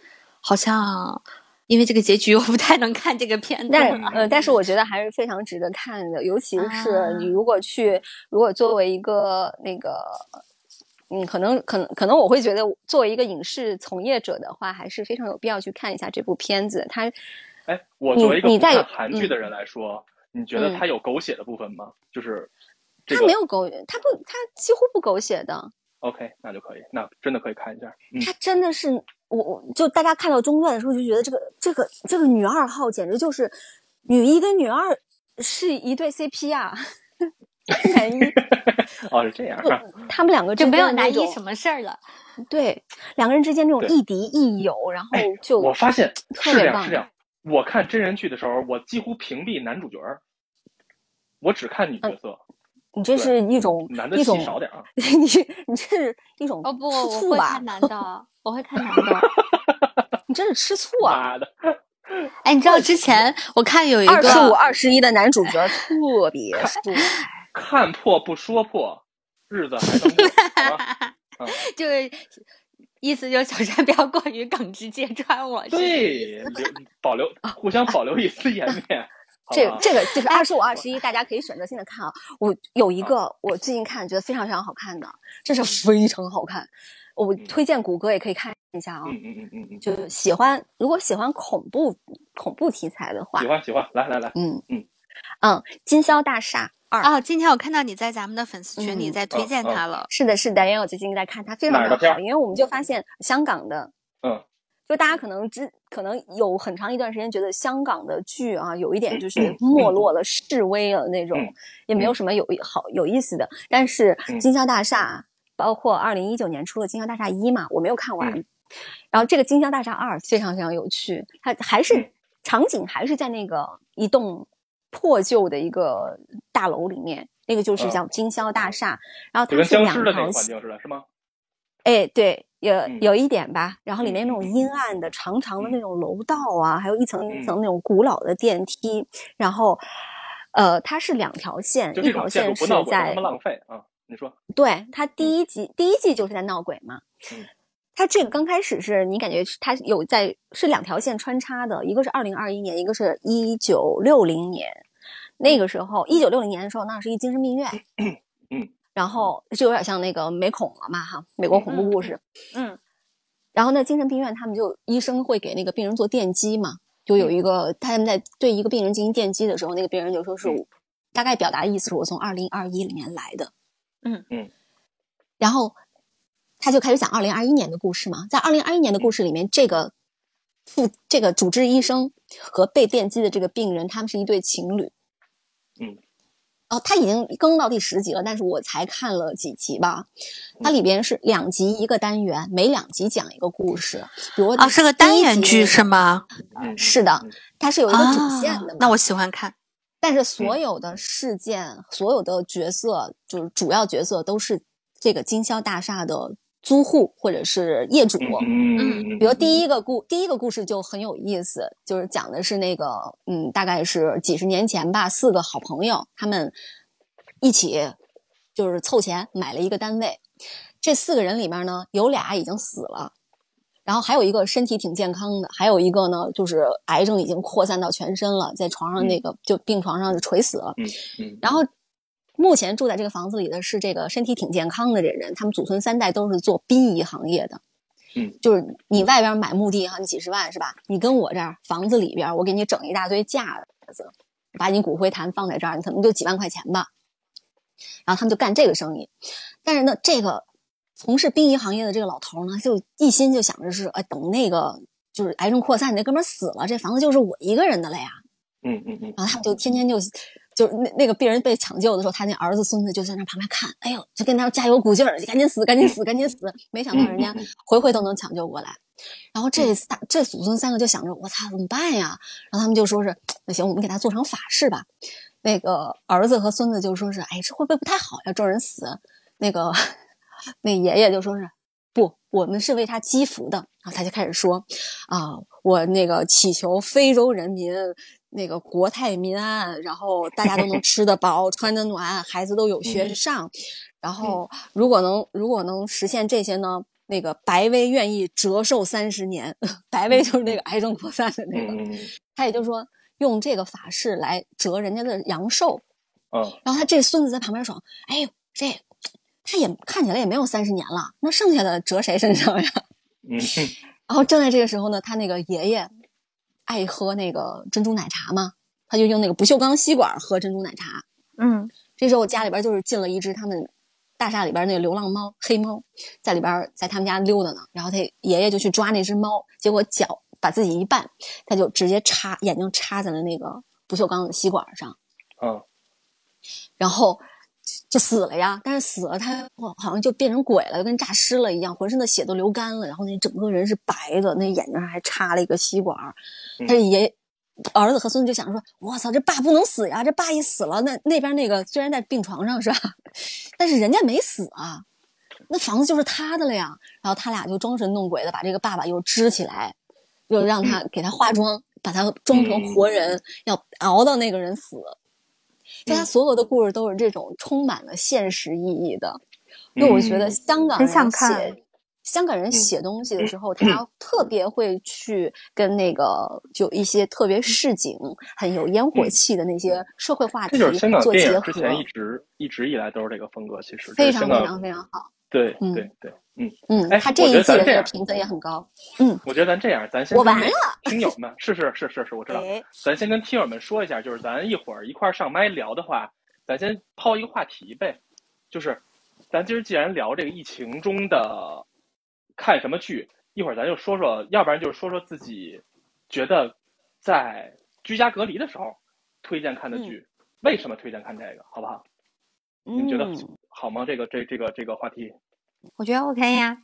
好像因为这个结局我不太能看这个片子 但了，呃，但是我觉得还是非常值得看的，尤其啊是你如果去，如果作为一个那个，嗯，可能可能可能我会觉得，作为一个影视从业者的话，还是非常有必要去看一下这部片子。它哎，我你作为一个你不在看韩剧嗯的人来说，你觉得嗯它有狗血的部分吗？就是这它个没有狗，它不，它几乎不狗血的， OK，那就可以，那真的可以看一下。嗯它真的是我我就大家看到中段的时候就觉得这个这个这个女二号简直就是女一跟女二是一对 CP 啊， 男一哦，是这样就啊，他们两个就之没间有的男那一种什么事儿了。对，两个人之间这种对亦敌亦友，然后哎就我发现特是这别样，棒是这样。我看真人剧的时候，我几乎屏蔽男主角儿，我只看女角色，你这是一种男的一嗯种。戏，少点啊 你是你这是一种哦不，吃我醋会吧看？男的，我会看男的。你这是吃醋啊！妈的，哎，你知道之前我看啊有一二十五、个，二十一的男主角特 别帅，看破不说破，日子还能 过。啊好吧就是意思就是小山不 要过于耿直揭穿我。是对，留保留互相保留一丝颜 面。好啊这吧这个就是哎二十五、二十一，大家可以选择性的看啊。我有一个我最近看觉得非常非常好看的，真是非常好看，我推荐谷歌也可以看一下啊。嗯嗯嗯嗯嗯，就是喜欢，如果喜欢恐怖恐怖题材的话喜，欢喜欢，来来来，嗯嗯嗯，金宵大厦二、哦，今天我看到你在咱们的粉丝群里嗯在推荐他了。是的，是的，因为我最近在看它，非哪常儿的非片常儿好，因为我们就发现香港的，嗯，就大家可能之可能有很长一段时间觉得香港的剧啊，有一点就嗯是嗯没落了、示威了那种嗯，也没有什么有好有意思的。但是嗯《金宵大厦》，包括二零一九年出了《金宵大厦一》嘛，我没有看完嗯。然后这个《金宵大厦二》非常非常有趣，它还嗯是场景还是在那个一栋破旧的一个大楼里面，那个就是嗯叫经销大厦，然后就它跟是僵两尸的那条个环线，境似的，是吗？哎，对，有嗯有一点吧，然后里面嗯那种嗯阴暗的长长的那种楼道啊，还有一层一层那种古老的电梯，然后。呃，它是两条线，就一这条种建线筑不是闹鬼，让在他们浪费啊！你说，对，它第一集第一季就是在闹鬼嘛嗯。。它这个刚开始是你感觉是它有在是两条线穿插的，一个是二零二一年，一个是一九六零年。那个时候，一九六零年的时候，那是一精神病院嗯。然后就有点像那个美恐了嘛，哈，美国恐怖故事。嗯，然后呢，精神病院他们就医生会给那个病人做电击嘛，就嗯有一个他们在对一个病人进行电击的时候，那个病人就说是嗯大概表达意思是我从二零二一里面来的，嗯嗯，然后他就开始讲二零二一年的故事嘛，在二零二一嗯年的故事里面，这个副这个主治医生和被电击的这个病人，他们是一对情侣，嗯，哦，他已经更到第十集了，但是我才看了几集吧，它嗯里边是两集一个单元，每两集讲一个故事，比如哦，是个第一单元集剧那个是吗？嗯，是的嗯，它是有一个主线啊的嘛。那我喜嗯欢看。但是所有的事件、所有的角色，就是主要角色都是这个经销大厦的租户或者是业主。嗯嗯嗯，比如第一，一个故第一个故事就很有意思，就是讲的是那个嗯，大概是几十年前吧，四个好朋友他们一起就是凑钱买了一个单位。这四个人里面呢，有俩已经死了，然后还有一个身体挺健康的，还有一个呢就是癌症已经扩散到全身了，在床上那个、就病床上就垂死了。嗯然后目前住在这个房子里的是这个身体挺健康的这人，他们祖孙三代都是做殡仪行业的。嗯，就是你外边买墓地哈，你几十万是吧？你跟我这儿房子里边，我给你整一大堆架子，把你骨灰坛放在这儿，你可能就几万块钱吧。然后他们就干这个生意，但是呢，这个从事殡仪行业的这个老头呢，就一心就想着是，哎，等那个就是癌症扩散，那哥们儿死了，这房子就是我一个人的了呀。嗯嗯嗯，然后他们就天天就就是那那个病人被抢救的时候，他那儿子孙子就在那旁边看，哎呦，就跟他加油鼓劲儿，赶紧死，赶紧死，赶紧死。没想到人家嗯嗯嗯回回都能抢救过来。然后这仨这祖孙三个就想着，我操，怎么办呀？然后他们就说是，那行，我们给他做成法事吧。那个儿子和孙子就说是，哎，这会不会不太好呀？咒人死。那个 那爷爷就说是，不，我们是为他积福的。然后他就开始说，啊、我那个祈求非洲人民那个国泰民安，然后大家都能吃得饱、穿得暖，孩子都有学上。然后如果能如果能实现这些呢，那个白薇愿意折寿三十年。 白薇就是那个癌症扩散的那个，嗯嗯他也就是说用这个法事来折人家的阳寿。嗯，然后他这孙子在旁边说：“哎呦，这他也看起来也没有三十年了，那剩下的折谁身上呀？” 嗯然后正在这个时候呢，他那个爷爷爱喝那个珍珠奶茶嘛，他就用那个不锈钢吸管喝珍珠奶茶。嗯，这时候家里边就是进了一只他们大厦里边那个流浪猫黑猫，在里边在他们家溜达呢。然后他爷爷就去抓那只猫，结果脚把自己一绊，他就直接插眼睛插在了那个不锈钢的吸管上。嗯然后就死了呀。但是死了，他好像就变成鬼了，就跟诈尸了一样，浑身的血都流干了，然后那整个人是白的，那眼睛上还插了一个吸管儿。嗯他爷儿子和孙子就想说：“我操，这爸不能死呀！这爸一死了，那那边那个虽然在病床上是吧， 但是人家没死啊，那房子就是他的了呀。”然后他俩就装神弄鬼的把这个爸爸又支起来，又让他给他化妆，把他装成活人，要熬到那个人死。就他所有的故事都是这种充满了现实意义的，因为我嗯觉得香港很人想写看香港人写东西嗯的时候，他特别会去跟那个就一些特别市井、很有烟火气的那些社会话嗯这题就是香港做电结影之合，前一直一直以来都是这个风格，其实非常非这是香常港非常好。对嗯对对，嗯，嗯哎，他这我一觉得季咱这的这个样评分也很高。我觉得咱这样，咱先我跟完那个听友们，是是是是是，我知 道，哎，咱先跟听友们说一下，就是咱一会儿一块儿上麦聊的话，咱先抛一个话题呗，就是咱今儿既然聊这个疫情中的看什么剧，一会儿咱就说说，要不然就是说说自己觉得在居家隔离的时候推荐嗯看的剧，为什么推荐看这个，好不好？你们觉得嗯，好吗？这个这这个这个话题我啊觉得 OK 呀。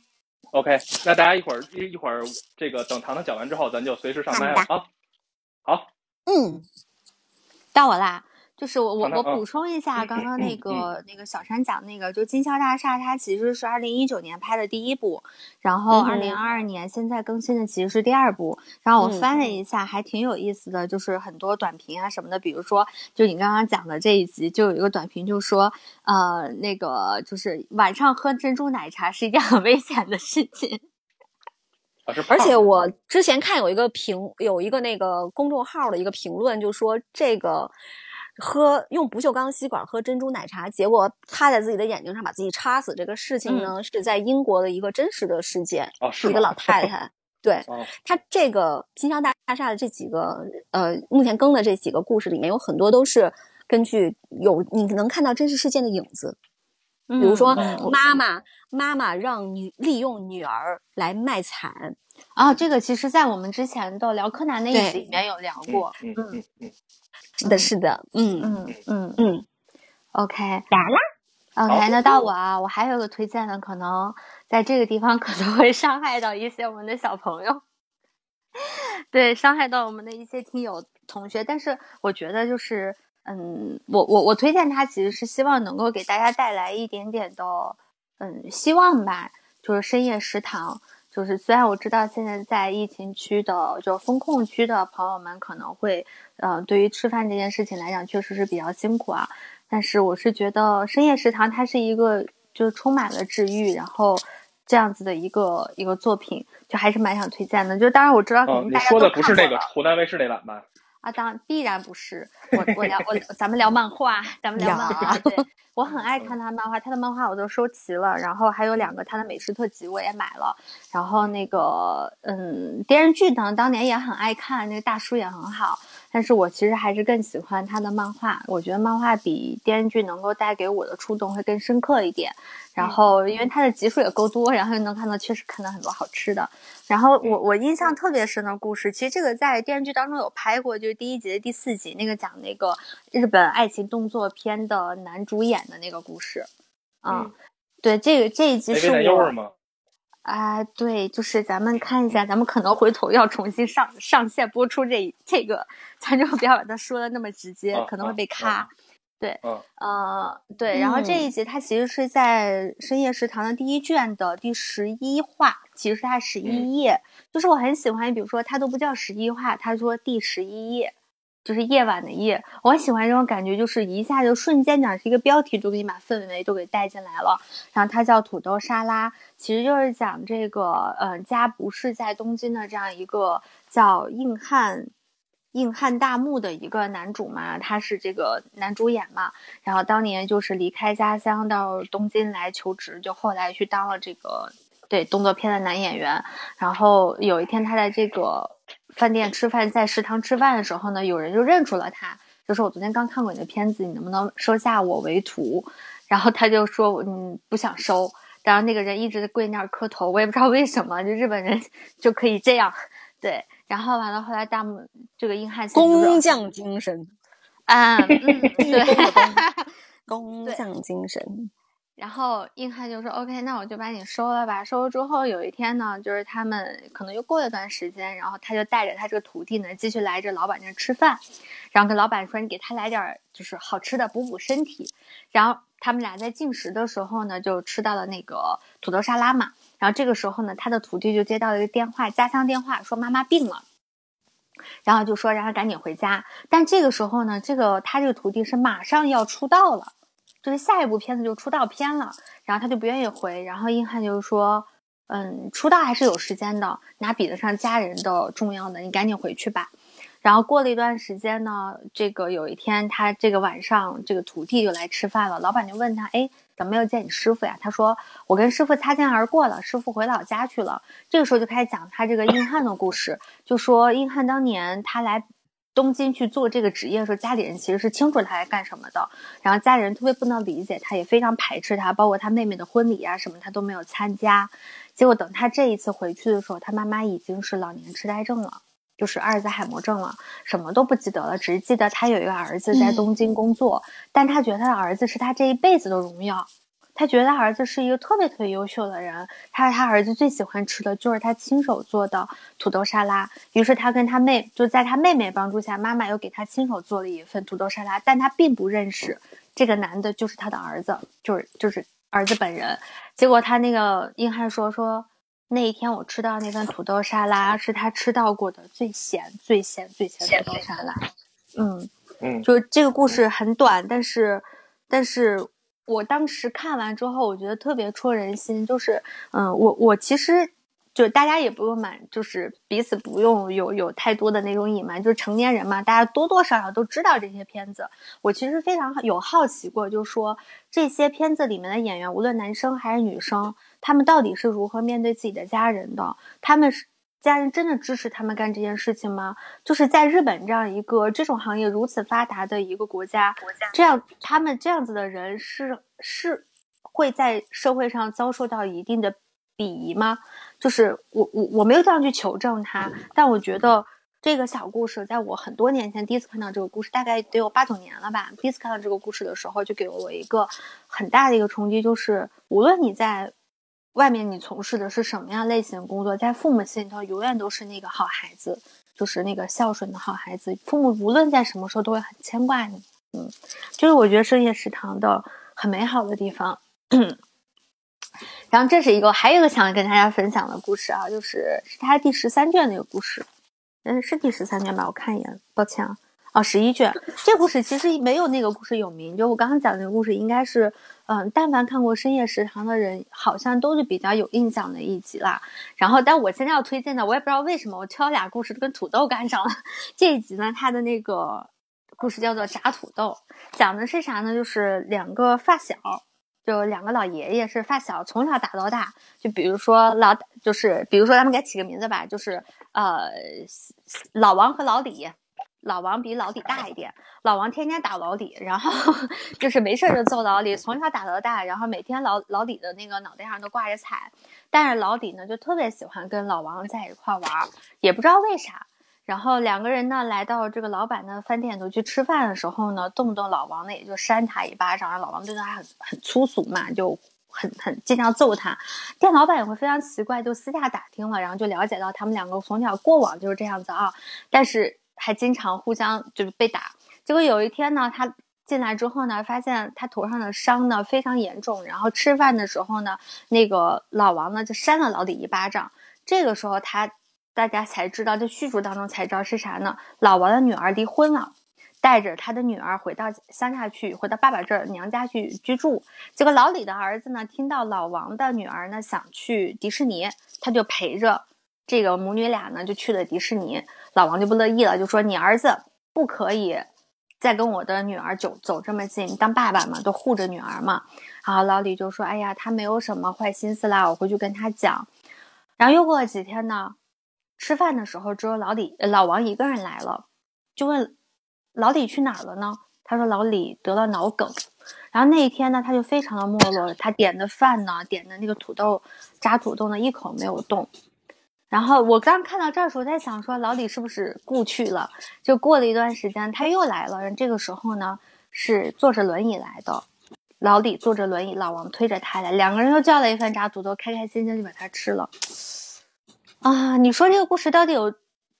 ，OK，那大家一会儿一一会儿这个等糖糖讲完之后，咱就随时上麦了啊。好，嗯，到我啦。就是我我好的我哦嗯补充一下，刚嗯刚那个那个小山讲那个，就《金宵大厦》，它其实是二零一九年拍的第一部，然后嗯二哼零二二年现在更新的其实是第二部。然后我嗯翻了一下，还挺有意思的，就是很多短评啊什么的，比如说就你刚刚讲的这一集，就有一个短评就说，呃，那个就是晚上喝珍珠奶茶是一件很危险的事情。啊，是胖而且子我之前看有一个评，有一个那个公众号的一个评论，就说这个喝用不锈钢吸管喝珍珠奶茶，结果趴在自己的眼睛上把自己插死这个事情呢，是在英国的一个真实的事件，哦，嗯是一个吗老太太。对 哦，她这个金宵大厦的这几个呃，目前更的这几个故事里面，有很多都是根据有你能看到真实事件的影子。比比如说嗯我妈妈，妈妈让女利用女儿来卖惨，啊，这个其实在我们之前的聊柯南那一对集里面有聊嗯过。嗯嗯嗯，是的，是的，嗯嗯嗯嗯， ，OK。咋啦？ OK，好那到我啊，我还有一个推荐的，可能在这个地方可能会伤害到一些我们的小朋友，对，伤害到我们的一些听友同学。但是我觉得就是，嗯，我我我推荐它，其实是希望能够给大家带来一点点的，嗯，希望吧。就是深夜食堂，就是虽然我知道现在在疫情区的，就风控区的朋友们可能会，呃，对于吃饭这件事情来讲，确实是比较辛苦啊。但是我是觉得深夜食堂它是一个就是充满了治愈，然后这样子的一个一个作品，就还是蛮想推荐的。就当然我知道肯哦，定你大家说都的看不是那过个了湖南卫视那版吧？啊，当然必然不是我我聊我咱们聊漫画，咱们聊漫画。对，我很爱看他漫画，他的漫画我都收齐了，然后还有两个他的美食特辑我也买了，然后那个嗯电视剧呢，当年也很爱看，那个大叔也很好，但是我其实还是更喜欢他的漫画，我觉得漫画比电视剧能够带给我的触动会更深刻一点。然后因为它的集数也够多，然后又能看到确实看到很多好吃的，然后我我印象特别深的故事，其实这个在电视剧当中有拍过，就是第一集的第四集，那个讲那个日本爱情动作片的男主演的那个故事。嗯，嗯对，这个这一集，AV 是男优我是吗？啊、对，就是咱们看一下，咱们可能回头要重新上上线播出这一这个，咱就不要把它说的那么直接，啊可能会啊被咔。啊对，嗯呃，对，然后这一集它其实是在《深夜食堂》的第一卷的第十一话，其实是它十一页，就是我很喜欢，比如说它都不叫十一话，它说第十一页，就是夜晚的夜，我很喜欢这种感觉，就是一下就瞬间讲是一个标题就给你把氛围都给带进来了。然后它叫土豆沙拉，其实就是讲这个，嗯、家不是在东京的这样一个叫硬汉。硬汉大木的一个男主嘛，他是这个男主演嘛，然后当年就是离开家乡到东京来求职，就后来去当了这个对动作片的男演员。然后有一天他在这个饭店吃饭，在食堂吃饭的时候呢，有人就认出了他，就说：“我昨天刚看过你的片子，你能不能收下我为徒？”然后他就说：“我嗯不想收。”然后那个人一直跪那儿磕头，我也不知道为什么，就日本人 就可以这样，对。然后完了，后来大木这个硬汉先生就工说匠精神，啊 嗯，对。 工匠精神，然后硬汉就说 OK，那我就把你收了吧。收了之后，有一天呢，就是他们可能又过了段时间，然后他就带着他这个徒弟呢，继续来这老板这儿吃饭，然后跟老板说你给他来点儿就是好吃的补补身体。然后他们俩在进食的时候呢，就吃到了那个土豆沙拉嘛。然后这个时候呢，他的徒弟就接到了一个电话，家乡电话，说妈妈病了。然后就说让他赶紧回家，但这个时候呢，这个他这个徒弟是马上要出道了，就是下一部片子就出道片了，然后他就不愿意回，然后硬汉就说，嗯，出道还是有时间的，哪比得上家人的重要呢？你赶紧回去吧。然后过了一段时间呢，这个有一天他这个晚上这个徒弟就来吃饭了，老板就问他，哎，怎么没有见你师傅呀？他说我跟师傅擦肩而过了，师傅回老家去了。这个时候就开始讲他这个硬汉的故事，就说硬汉当年他来东京去做这个职业的时候，家里人其实是清楚他来干什么的，然后家里人特别不能理解他，也非常排斥他，包括他妹妹的婚礼啊什么他都没有参加。结果等他这一次回去的时候，他妈妈已经是老年痴呆症了。就是阿尔兹海默症了，什么都不记得了，只是记得他有一个儿子在东京工作，但他觉得他的儿子是他这一辈子的荣耀，他觉得他儿子是一个特别特别优秀的人，他他儿子最喜欢吃的就是他亲手做的土豆沙拉。于是他跟他妹就在他妹妹帮助下，妈妈又给他亲手做了一份土豆沙拉，但他并不认识这个男的就是他的儿子，就是就是儿子本人。结果他那个硬汉说说。那一天我吃到那份土豆沙拉是他吃到过的最咸、最咸、最咸的土豆沙拉。嗯，嗯，就这个故事很短，但是，但是我当时看完之后，我觉得特别戳人心。就是，嗯，我我其实就大家也不用满，就是彼此不用有有太多的那种隐瞒，就是成年人嘛，大家多多少少都知道这些片子。我其实非常有好奇过，就是说这些片子里面的演员，无论男生还是女生。他们到底是如何面对自己的家人的？他们是家人真的支持他们干这件事情吗？就是在日本这样一个这种行业如此发达的一个国家，国家这样他们这样子的人是是会在社会上遭受到一定的鄙夷吗？就是我我我没有这样去求证他，嗯但我觉得这个小故事，在我很多年前第一次看到这个故事，大概得有八九年了吧。第一次看到这个故事的时候，就给我一个很大的一个冲击，就是无论你在。外面你从事的是什么样类型的工作，在父母心里头永远都是那个好孩子，就是那个孝顺的好孩子。父母无论在什么时候都会很牵挂你，嗯，就是我觉得深夜食堂的很美好的地方。 然后这是一个，还有一个想跟大家分享的故事啊，就是是他第十三卷的一个故事，嗯，是第十三卷吧？我看一眼，抱歉啊。哦，十一卷，这故事其实没有那个故事有名。就我刚刚讲那个故事，应该是，嗯、呃，但凡看过《深夜食堂》的人，好像都是比较有印象的一集啦。然后，但我现在要推荐的，我也不知道为什么，我挑俩故事都跟土豆干上了。这一集呢，它的那个故事叫做《炸土豆》，讲的是啥呢？就是两个发小。就两个老爷爷是发小，从小打到大。就比如说老，就是比如说咱们给起个名字吧，就是呃，老王和老李。老王比老李大一点，老王天天打老李，然后就是没事就揍老李，从小打到大，然后每天老老李的那个脑袋上都挂着彩，但是老李呢就特别喜欢跟老王在一块玩，也不知道为啥。然后两个人呢来到这个老板的饭店头去吃饭的时候呢，动不动老王呢也就扇他一巴掌，让老王对他很很粗俗嘛，就。很很经常揍他，店老板也会非常奇怪，就私下打听了，然后就了解到他们两个从小过往就是这样子啊，但是还经常互相就是被打。结果有一天呢，他进来之后呢，发现他头上的伤呢非常严重，然后吃饭的时候呢，那个老王呢就扇了老李一巴掌。这个时候他大家才知道，这叙述当中才知道是啥呢？老王的女儿离婚了。带着他的女儿回到乡下去，回到爸爸这儿娘家去居住。结果老李的儿子呢，听到老王的女儿呢想去迪士尼，他就陪着这个母女俩呢就去了迪士尼。老王就不乐意了，就说：“你儿子不可以再跟我的女儿走走这么近，当爸爸嘛，都护着女儿嘛。”然后老李就说：“哎呀，他没有什么坏心思啦，我回去跟他讲。”然后又过了几天呢，吃饭的时候只有老李、呃老王一个人来了，就问。老李去哪儿了呢？他说老李得了脑梗，然后那一天呢，他就非常的没落。他点的饭呢，点的那个土豆炸土豆呢，一口没有动。然后我刚看到这儿的时候，在想说老李是不是故去了？就过了一段时间，他又来了。这个时候呢，是坐着轮椅来的。老李坐着轮椅，老王推着他来，两个人又叫了一份炸土豆，开开心心就把它吃了。啊，你说这个故事到底有？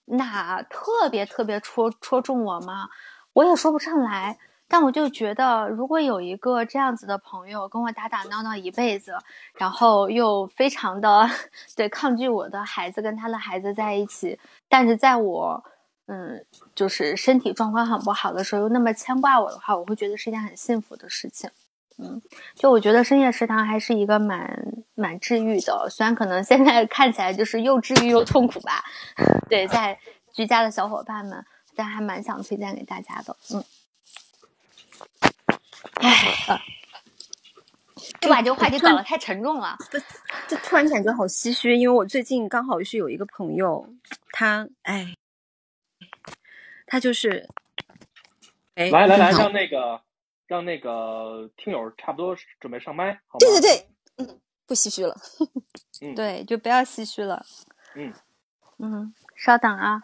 哪特别特别戳戳中我吗？我也说不上来，但我就觉得，如果有一个这样子的朋友跟我打打闹闹一辈子，然后又非常的 对抗拒我的孩子跟他的孩子在一起，但是在我嗯就是身体状况很不好的时候又那么牵挂我的话，我会觉得是一件很幸福的事情。嗯，就我觉得深夜食堂还是一个蛮蛮治愈的，哦虽然可能现在 看起来就是又治愈又痛苦吧。 对，在居家的小伙伴们，但还蛮想推荐给大家的。嗯，哎，呃就把这个话题搞得太沉重 了。就突然感觉好唏嘘，因为我最近刚好是有一个朋友，他哎，他就是，哎，来来来，正好让那个让那个听友差不多准备上麦，好吗？对对对，嗯，不唏嘘了。 嗯，对，就不要唏嘘了。嗯嗯，稍等啊。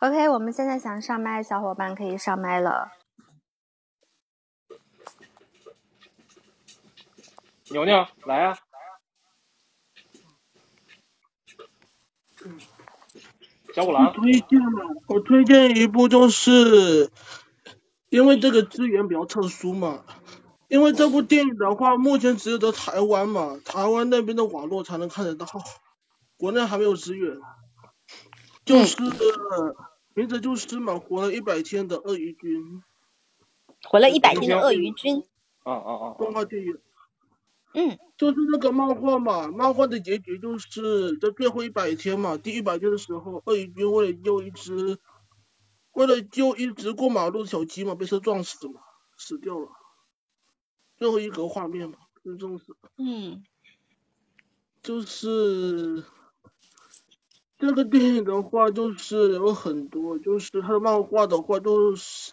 OK，我们现在想上麦的小伙伴可以上麦了。牛牛来啊！小五我 郎，推荐我推荐一部，就是因为这个资源比较特殊嘛，因为这部电影的话，目前只有在台湾嘛，台湾那边的网络才能看得到，国内还没有资源。就是名字就是《嘛，活了一百天的鳄鱼君》活了嗯一百行天的行鳄鱼君，嗯嗯嗯动画电影。嗯，就是那个漫画嘛，漫画的结局就是在最后一百天嘛，第一百天的时候，鳄鱼君为了救一只，为了救一只过马路的小鸡嘛，被车撞死嘛，死掉了。最后一格画面嘛，就这种死，嗯，就是这个电影的话，就是有很多，就是它的漫画的话，就是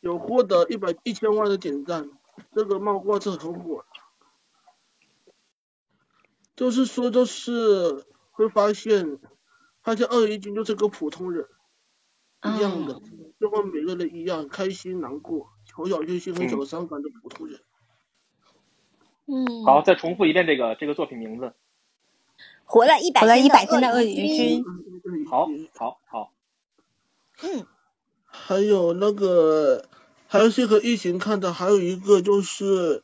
有获得一百一千万的点赞，这个漫画是很火的。就是说，就是会发现，发现鳄鱼君就是个普通人一样的，就和每个人一样，开心、难过、小小确幸和嗯，小伤感的普通人。好，嗯，再重复一遍这个这个作品名字。活了一百活了天一的百天鳄的鳄鱼鱼君，君，嗯，鳄鱼好，君。好，好，嗯，还有那个，还有是和疫情看的，还有一个就是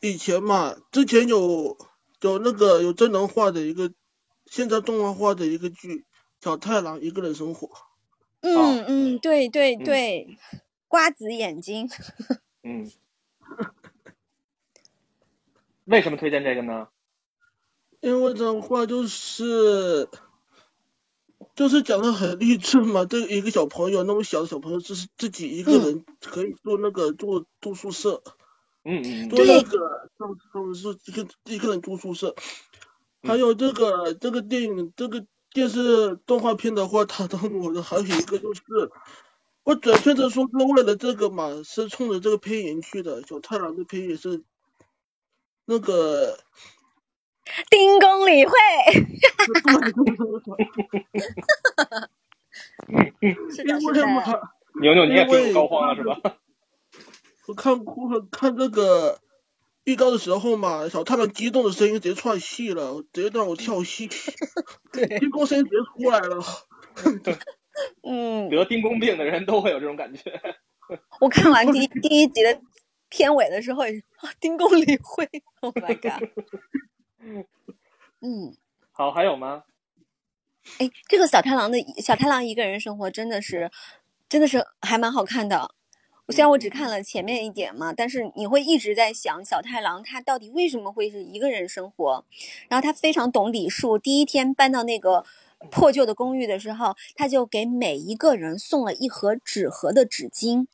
以前嘛，之前有有那个有真人化的一个，现在动画化的一个剧，小太郎一个人生活。好，嗯嗯，对对嗯对，瓜子眼睛， 嗯，为什么推荐这个呢？因为的话就是就是讲的很励志嘛，对一个小朋友那么小的小朋友，就是自己一个嗯，人可以做那个住住宿舍，嗯嗯嗯，做那对，个上上是一个一个人住宿舍。还嗯，有这个这个电影这个电视动画片的话，打动我的还有一个就是，我准确的说是为了这个嘛，是冲着这个配音去的。小太郎的配音是 那个丁公理会，是对对对对，是的，因是为嘛，的，牛牛你也因听入为膏肓看了啊是这吧？ 我看哭了，看这个预告的时候嘛，小太郎激动的声音直接串戏了，直接让我嗯，跳戏， 对，激动声音直接出来了。嗯，得丁公病的人都会有这种感觉。我看完我第一第一集的片尾的时候也是，啊，丁公理会，Oh my god，嗯，好，还有吗？哎，这个小太郎的小太郎一个人生活真的是，真的是还蛮好看的。虽然嗯我只嗯看嗯，了前面一点嘛，但是你会一直在想小太郎他到底为什么会是一个人生活。然后他非常懂礼数，第一天搬到那个破旧的公寓的时候，他就给每一个人送了一盒纸盒的纸巾，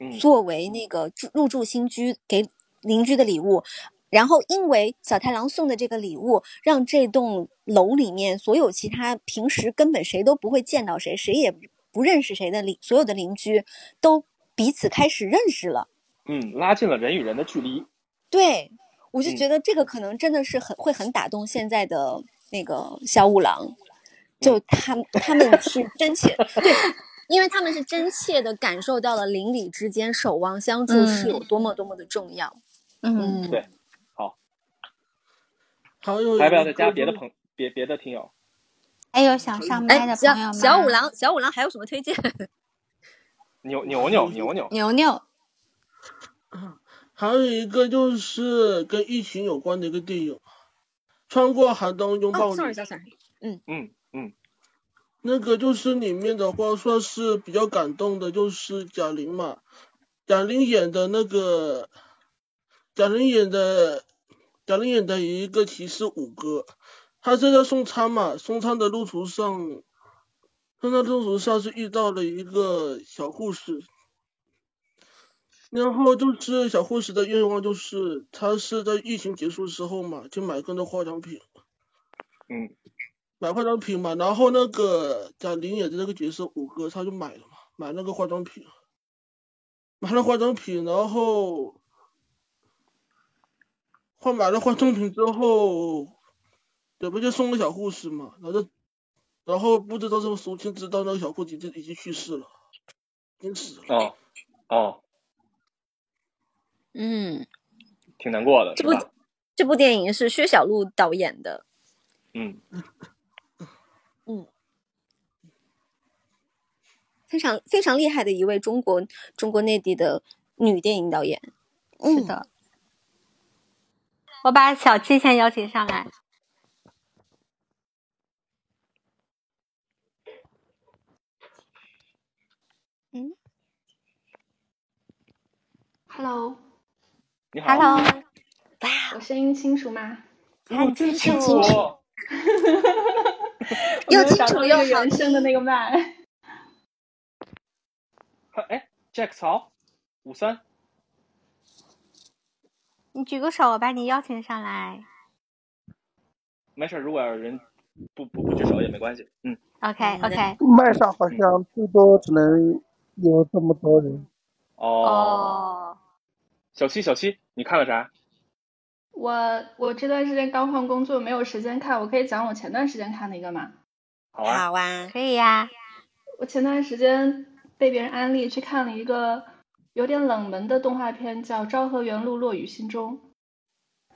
嗯，作为那个住入住新居给邻居的礼物。然后，因为小太郎送的这个礼物，让这栋楼里面所有其他平时根本谁都不会见到谁，谁也不认识谁的邻所有的邻居，都彼此开始认识了。嗯，拉近了人与人的距离。对，我就嗯觉得这个可能真的是很会很打动现在的那个小五郎，就嗯他们他们是真切对，因为他们是真切的感受到了邻里之间守望相助嗯是有多么多么的重要。嗯，嗯，对，好，还有还要不要一再加个别的就朋别别的听友？哎，有想还有上麦哎，的小朋友小五吗？郎，小五郎还有什么推荐？牛牛还牛有一牛牛，牛牛，还有一个就是跟疫情有关的一个电影，《穿过寒冬拥哦抱你》， ，sorry，小沈，嗯嗯嗯那个就是里面的话算是比较感动的，就是贾玲嘛，贾玲演的那个，贾玲演的，贾玲演的一个骑士五哥，他是在送餐嘛，送餐的路途上，送餐的路途上是遇到了一个小护士，然后就是小护士的愿望就是，她是在疫情结束之后嘛，去买更多化妆品。嗯买化妆品嘛，然后那个贾玲演的那个角色五哥，他就买了嘛，买那个化妆品，买了化妆品，然后换买了化妆品之后，这不就送给小护士嘛，然后就然后不知道什么时候就知道那个小护士已经已经去世了，哦已经死了。哦哦，嗯，挺难过的，这是部吧？这部电影是薛晓璐导演的，嗯，非常非常厉害的一位中国中国内地的女电影导演。嗯是哦的，我把小七先邀请上来。嗯，Hello，你好， Hello，我声音清楚吗？看清清楚，楚，我没又有清找楚到又那个好原声的那个麦。哎，Jack 曹五三，你举个手，我把你邀请上来。没事儿，如果有人不不不举手也没关系，嗯 OK 嗯 OK，麦上好像最多只能有这么多人。哦，哦，小七小七，你看了啥？我我这段时间刚换工作，没有时间看。我可以讲我前段时间看的一个吗？好啊，好啊，可以呀、我前段时间被别人安利去看了一个有点冷门的动画片，叫《昭和元禄落雨心中》。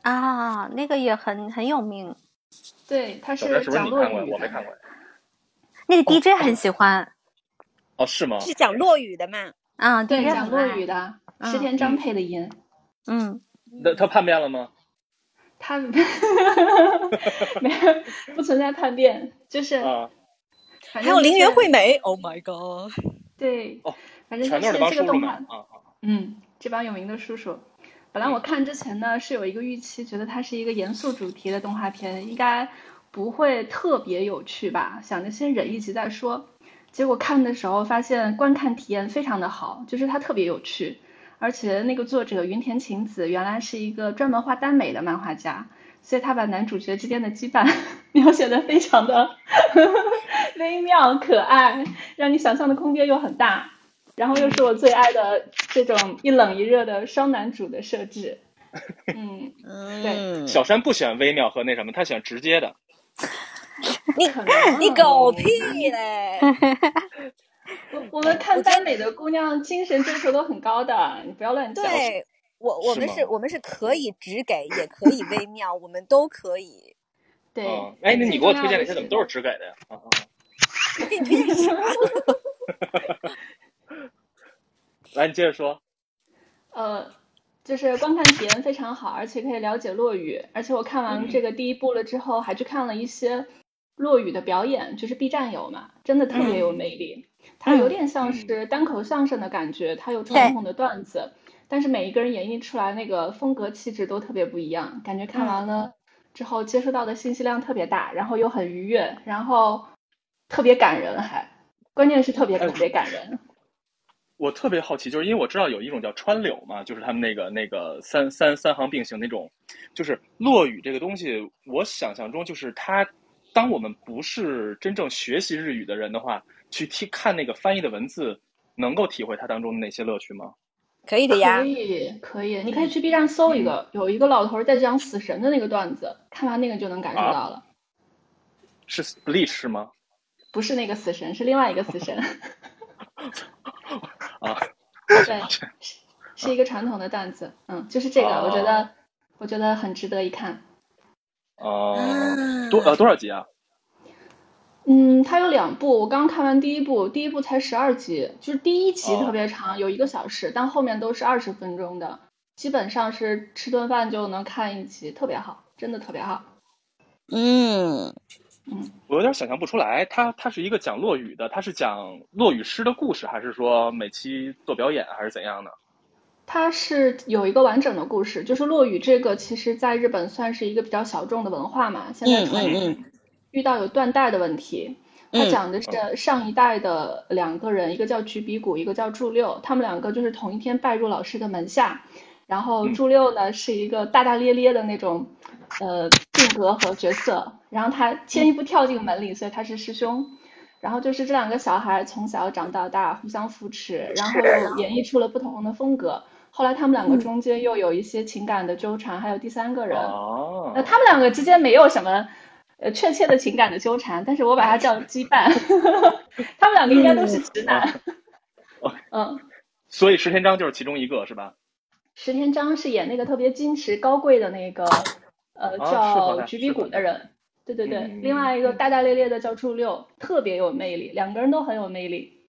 啊。那个也很很有名，对，它小陈是是不是讲你落看过呀？雨我没的。看过呀。那个 DJ 很喜欢。哦，是吗？是讲落雨的嘛？嗯对， ，DJ 讲很落爱雨。的，嗯石田张配的音。嗯，那他叛变了吗？ 他没有不存在叛变，就是啊，反还有正就林原是惠美，Oh my god！对哦，反正全就都是是那帮这个叔叔动们画，啊啊，嗯，这帮有名的叔叔。本来我看之前呢是有一个预期，觉得它是一个严肃主题的动画片，应该不会特别有趣吧，想着先忍一集再说。结果看的时候发现观看体验非常的好，就是它特别有趣，而且那个作者云田晴子原来是一个专门画耽美的漫画家，所以他把男主角之间的羁绊 描写的非常的 微妙可爱，让你想象的空间又很大。然后又是我最爱的这种一冷一热的双男主的设 置，嗯，嗯，小山不喜欢微妙和那什么，他喜欢直接的。你可能 你狗屁嘞！我我们看耽美的姑娘精神追求都很高的，你不要乱讲。对我，我是们吗是我们是可以直给，也可以微妙，我们都可以。对啊，，哎，那你最给我重推荐要的那些怎么是，都是直给的呀？啊啊，啊我给你推荐啥？来，你接着说。呃，就是观看体验非常好，而且可以了解落语。而且我看完这嗯个第一部了之后，还去看了一些落语的表演，就是 B 站有嘛，真的特别有魅力。它有嗯点像嗯是单口相声的感觉，它有传对，统的段子，但是每一个人演绎出来那个风格气质都特别不一样，感觉看嗯完了之后接收到的信息量特别大，然后又很愉悦，然后特别感人还，关键是特别哎，呃特别感人。我特别好奇，就是因为我知道有一种叫川柳嘛，就是他们那个那个三三三行并行那种，就是落语这个东西，我想象中就是它，当我们不是真正学习日语的人的话，去听看那个翻译的文字，能够体会它当中的那些乐趣吗？可以的 可呀。以，可以，你可以嗯去 B 站搜一嗯个，有一个老头儿在讲死神的那个段子，看完那个就能感受啊，到了。是 Bleach 是吗？ 不是那个死神，是另外一个死神。啊，抱歉抱 对，歉是是一个传统的段子，嗯，就是这个，我觉啊得，我觉得很值得一看。啊，多啊，呃多少集啊？嗯，它有两部，我刚看完第一部，第一部才十二集，就是第一集特哦别长，有一个小时，但后面都是二十分钟的，基本上是吃顿饭就能看一集，特别好，真的特别好。嗯，嗯，我有点想象不出来，它它是一个讲落语的，它是讲落语诗的故事，还是说每期做表演，还是怎样的？它是有一个完整的故事，就是落语这个，其实在日本算是一个比较小众的文化嘛。现在嗯传嗯嗯嗯遇到有断代的问题，它嗯讲的嗯是上一代的两个人，一个叫菊比谷，一个叫祝六，他们两个就是同一天拜入老师的门下。然后嗯祝六呢是一个大大咧咧的那种，呃，性格和角色，然后他先一嗯步跳进门里，所以他是师兄。然后就是这两个小孩从小长到大，互相扶持，然后又演绎出了不同的风格。后来他们两个嗯中间又有一些情感的纠缠，还有第三个人，啊那哦，他们两个之间没有什么呃确切的情感的纠缠，但是我把它叫羁绊。 他们两个应该都嗯，是直啊男，哦，嗯，所以石天章就是其中一个是吧？石田章是演那个特别矜持高贵的那个，呃，啊是好叫看菊是比好谷的人。对对对，嗯另外一个大大咧咧的叫初六，特别有魅力，两个人都很有魅力。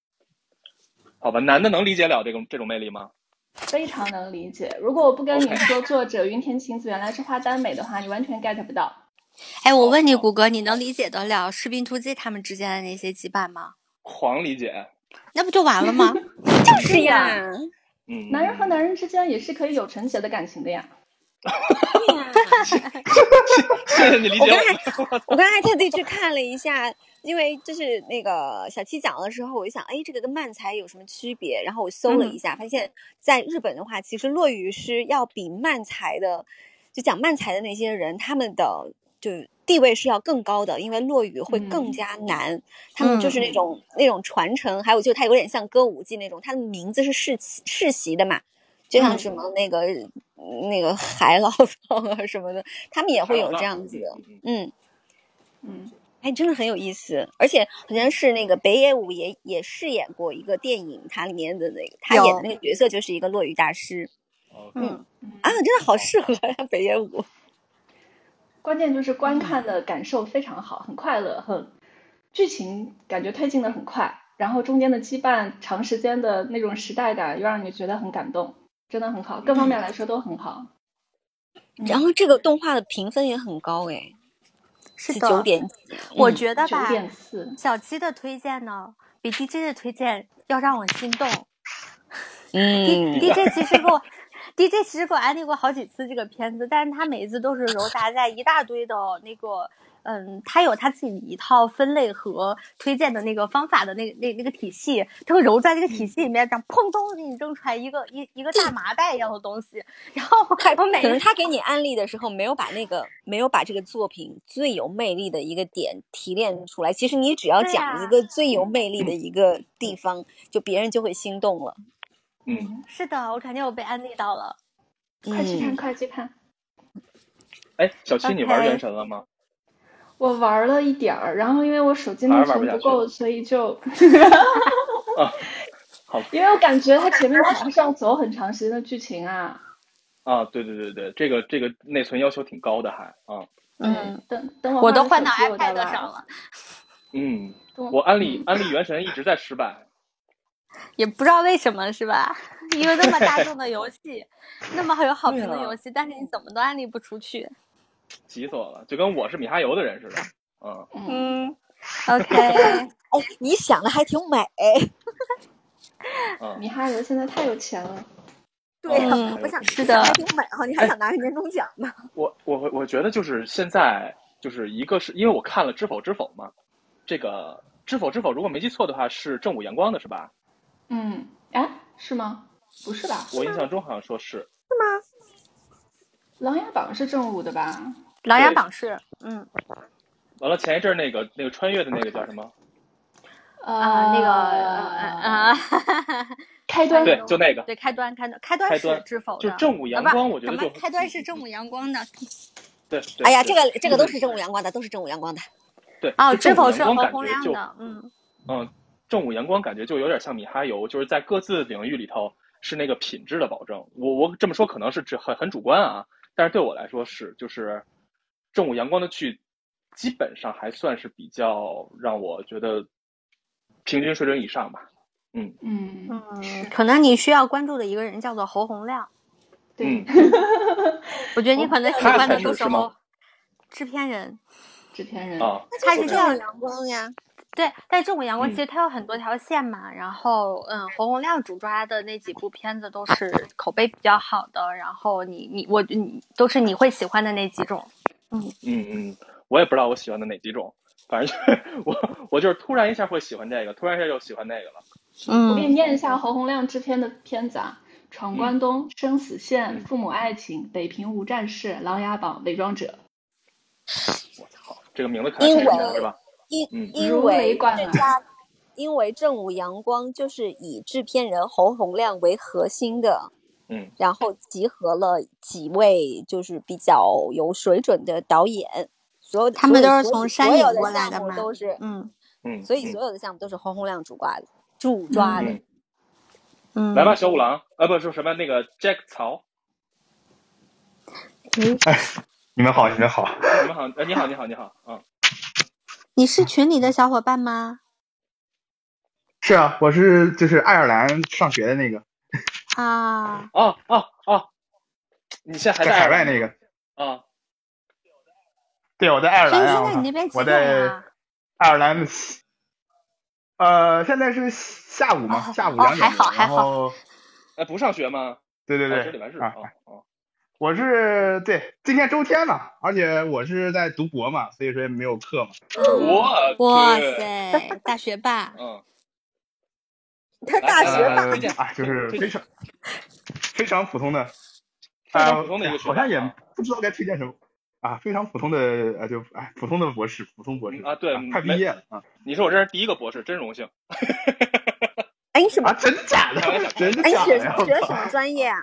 好吧，男的能理解了这种这种魅力吗？非常能理解。如果我不跟你 OK 说作者云田晴子原来是画耽美的话，你完全 get 不到。哎，我问你，好谷歌，你能理解得了《士兵突击》他们之间的那些羁绊吗？狂理解，那不就完了吗？是呀，嗯，男人和男人之间也是可以有纯洁的感情的呀。谢 谢你理我解刚我们。才我刚才特地去看了一下，因为就是那个小七讲的时候，我就想，哎，这个跟漫才有什么区别？然后我搜嗯了一下，发现在日本的话，其实落语是要比漫才的，就讲漫才的那些人，他们的就地位是要更高的，因为落语会更嗯加难。他们就是那嗯种、那种传承，还有就它有点像歌舞伎那种，它的名字是世袭世袭的嘛，就像嗯什么那个、嗯那个海老 道啊什么的，他们也海会老有这道样嗯子的嗯嗯，嗯。嗯，哎，真的很有意思，而且好像是那个北野武也也饰演过一个电影，它里面的那个他演的有那个角色就是一个落语大师 OK，嗯嗯啊，嗯，真的好适合呀、北野武。关键就是观看的感受非常好，很快乐，很剧情感觉推进的很快，然后中间的羁绊、长时间的那种时代感，又让你觉得很感动，真的很好，各方面来说都很好。 然嗯，后这个动画的评分也很高哎，是是九的，点几，我嗯，觉得九吧，点四，小七的推荐呢，比 DJ 的推荐要让我心动。D 嗯， DJ 其实给我 DJ 其实给我安利过好几次这个片子，但是他每一次都是糅杂在一大堆的那个，嗯，他有他自己一套分类和推荐的那个方法的那那那个体系，他会糅在这个体系里面，然后砰咚给你扔出来一个一一个大麻袋一样的东西，然后他我每可能一他给你安利的时候，没有把那个没有把这个作品最有魅力的一个点提炼出来。其实你只要对讲呀、一个最有魅力的一个地方，就别人就会心动了。嗯，嗯，是的，我感觉我被安利到了。快去看，嗯，快去看。哎，小七，你玩 OK，原神了吗？我玩了一点儿，然后因为我手机玩内儿玩不存下不去了够，所以就， 啊？好因为我感觉它前面还是要走很长时间的剧情啊。啊，对对对对，这个这个内存要求挺高的还啊，对，嗯，等等我我换都了换手到机，我再 iPad 玩上儿。了，嗯，等我我安利嗯，安利原神一直在失败，也不知道为什么是吧？一个那么大众的游戏，那么有好对评的游啊，戏，但是你怎么都安利不出去。急死我了，就跟我是米哈游的人似的，嗯，嗯， 嗯，OK， 哎，你想的还挺美。啊米哈游现在太有钱了。对呀、啊，嗯，还我有想这你是哦想的还的，挺美哈，你还哎，想拿个年终奖呢？我我我觉得就是现在就是一个是因为我看了《知否知否》嘛，这个《知否知否》如果没记错的话是正午阳光的是吧？嗯，哎，是吗？不是吧？我印象中好像说是琅琊榜是正午的吧？ 《琅琊对，榜》是，嗯完了前一阵儿那个那个穿越的那个叫什么？啊、那个呃呃，呃，呃开穿端越对，的就那个对开端开端开端开是端，知否就的正午啊阳不光，我觉什么得就开端嗯是嗯正嗯，午阳光的对对哎呀，这对，个这个就都是是正午阳光的，都是正午阳光的。对，哦，就知正午否阳是光侯感洪觉亮就的，嗯嗯，正午阳光感觉就有点像米哈游，就是在各自领域里头是那个品质的保证。我我这么说可能是指很很主观啊，但是对我来说是，就是正午阳光的剧基本上还算是比较让我觉得平均水准以上吧。嗯嗯，嗯，是可能你需要关注的一个人叫做侯洪亮，对，嗯，我觉得你我可能喜哦他欢才的都是是是吗？侯制片人， 制片人，啊那他就是，OK，是正午叫阳光呀。对，但是正午阳光其嗯实它有很多条线嘛，然后嗯，侯洪亮主抓的那几部片子都是口碑比较好的，然后你你我你都是你会喜欢的那几种。嗯嗯，我也不知道我喜欢的哪几种，反正就是 我我就是突然一下会喜欢这个，突然一下就喜欢那个了。我给你嗯念一下侯洪亮制片的片子啊，《闯嗯关东》《生死线》嗯， 《父母爱情》《北平无战事》《琅琊榜》《伪装者我操，这个名字看来因挺为有名是吧？因嗯因如雷为贯这耳。家，因为正午阳光就是以制片人侯洪亮为核心的，嗯然后集合了几位就是比较有水准的导演，所有的他所们有都是所从有所山有影的过来项的目嘛。都是，嗯嗯所以嗯所有的项目都是侯洪亮主抓的，主抓的。嗯，嗯来吧，嗯，小五郎，啊，不是什么那个 Jack 曹，哎你们好，你们好，你们好，呃，你好，你好，你好，嗯，你是群里的小伙伴吗？是啊，我是就是爱尔兰上学的那个，啊，哦哦哦，你现在还在海爱外尔兰那个，啊？对，我在爱尔所以兰啊，现在我你靠那边几我点在啊？爱尔兰的西，呃，现在是下午嘛，哦下午哦，两还点好多，还然好，后哎，不上学吗？对对哦，这礼对，拜日啊，哦哦，我是对今天周天嘛，而且我是在读博嘛，所以说没有课嘛，啊，我哇去，塞，大学霸，嗯，他来大来来学来，霸，呃推荐啊，就推推是非常非常普通的，非常啊、普通的 哎一个呀学好霸像也啊，不知道该推荐什么啊，非常普通的呃就哎普通的博士，普通博嗯士啊，对，啊，快毕没，业了啊你是我认识第一个博士，真荣幸。哎，你什么？ 啊，真假的，开玩笑，开玩真笑，的哎，开假玩笑。学的呀，我学靠！什么专 业啊？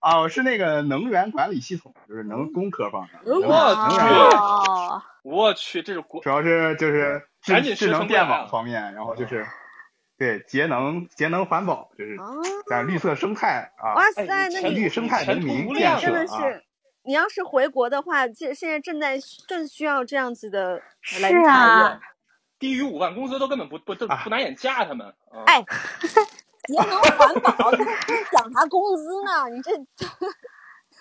啊，我是那个能源管理系统，就是能工科方面，能我能源管去，理，哦，我去，这是国，主要是就是智赶紧智学成能未电来网啊！方面，然后就嗯，是对节能节能环保，就是哦，咱绿色生态啊，哇哎，你塞，那前你绿生你态前文途明无建量真设的啊！啊，是，你要是回国的话，这现在正在正需要这样子的呃人是才耶。啊，低于五万工资都根本不不都啊不拿眼架他们啊！哎，节能环保，这还在讲啥工资呢？ 你这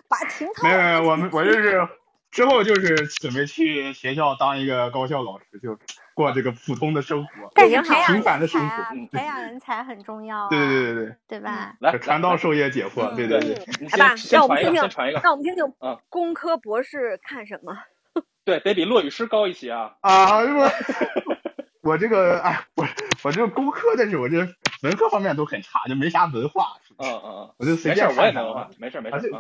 把情操没有往没有，上我提们我就提。是 之后就是准备去学校当一个高校老师，就过这个普通的生活，但也是挺培好。养平凡人的才生活，啊，嗯，培养人才很重要对啊，对对对对嗯吧？来对，来传道来，授业解惑，对嗯对对，嗯，你来先吧，先让我们传一听个，听，先传一个，让我们听听嗯，工科博士看什么。对，得比落雨诗高一些啊！啊，我 我这个哎，我我这个工科，但是我这文科方面都很差，就没啥文化，是不嗯是？嗯嗯，我就随没事便儿，我也没看看文啊化，没事儿没事啊儿这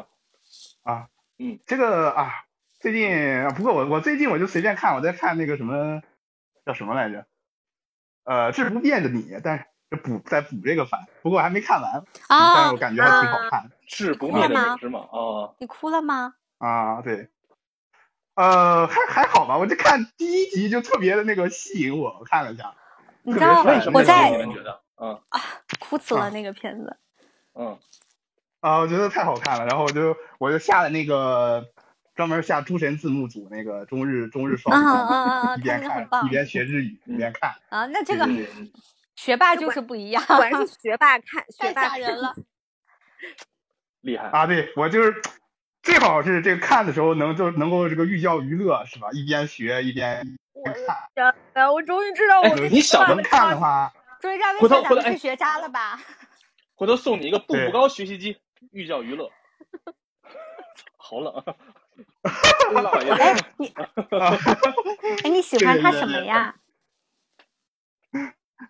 啊，啊嗯这个啊，最近啊不过我我最近我就随便看，我在看那个什么叫什么来着？呃，这不变的你，但是这补在补这个番，不过还没看完，嗯，但是啊我感觉还挺好啊，看的是你不哭灭了的你吗？是吗？哦，你哭了吗？啊，对，呃，还还好吧，我就看第一集就特别的那个吸引我，我看了一下，你特知别道为帅，什我么那在吸引你们个觉得？嗯哭死了啊那个片子，嗯啊，我觉得太好看了，然后我就我就下了那个专门下诸神字幕组那个中日中日嗯双语字嗯幕，嗯嗯，一他边那个很看一棒边学日语一嗯边看，啊。那这对个对嗯 对。嗯，学霸这就果是不一样，果然是学霸看学 太霸吓看人了。厉害，啊，对，我就是最好是这个看的时候能就能够这个寓教于乐是吧？一边学一边我的看，天呐，我终于知道哎，我这能你小爸能为的，啥看的话，终于知道为回啥头咱回头们是哎，学渣了吧？回头送你一个步步对，高学习机，寓教于乐。好冷啊，冷半夜了三哎，呀？更。你啊，哎，你喜对欢对他对什么对，呀？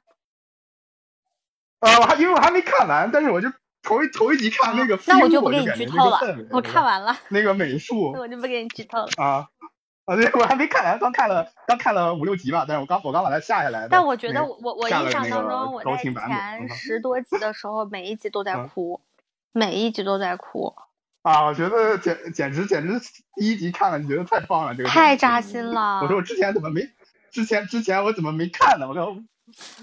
呃，我还因为我还没看完，但是我就头一头一集看那啊，个那我 feel，就不我给就你感剧觉那透个了，氛围我是看吧？完了，那个美那术我就不给你剧透了。啊啊，对，我还没看完，刚看了刚看了五六集吧，但是我刚我刚把它下下来但的我觉那得个我我我下印了象那当个中，我高在清版本，嗯前我靠，十多集的时候，每一集都在嗯。哭，每一集都在哭，啊，我觉得简简直简直第一集看了，你觉得太棒了，这个简太直扎是。心我说了。我之前怎么没，之前之前我怎么没看呢？我靠，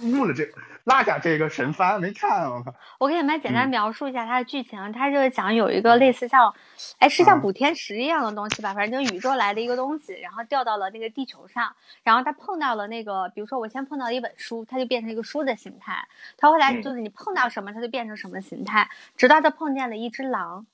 误了这落下这个神番没看，我靠，我给你们简单嗯描述一下它的剧情，它就是讲有一个啊类似像，哎，是像啊补天石一样的东西吧，反正就宇宙来的一个东西，然后掉到了那个地球上，然后它碰到了那个，比如说我先碰到一本书，它就变成一个书的形态，它后来就嗯是你碰到什么，它就变成什么形态，直到它碰见了一只狼。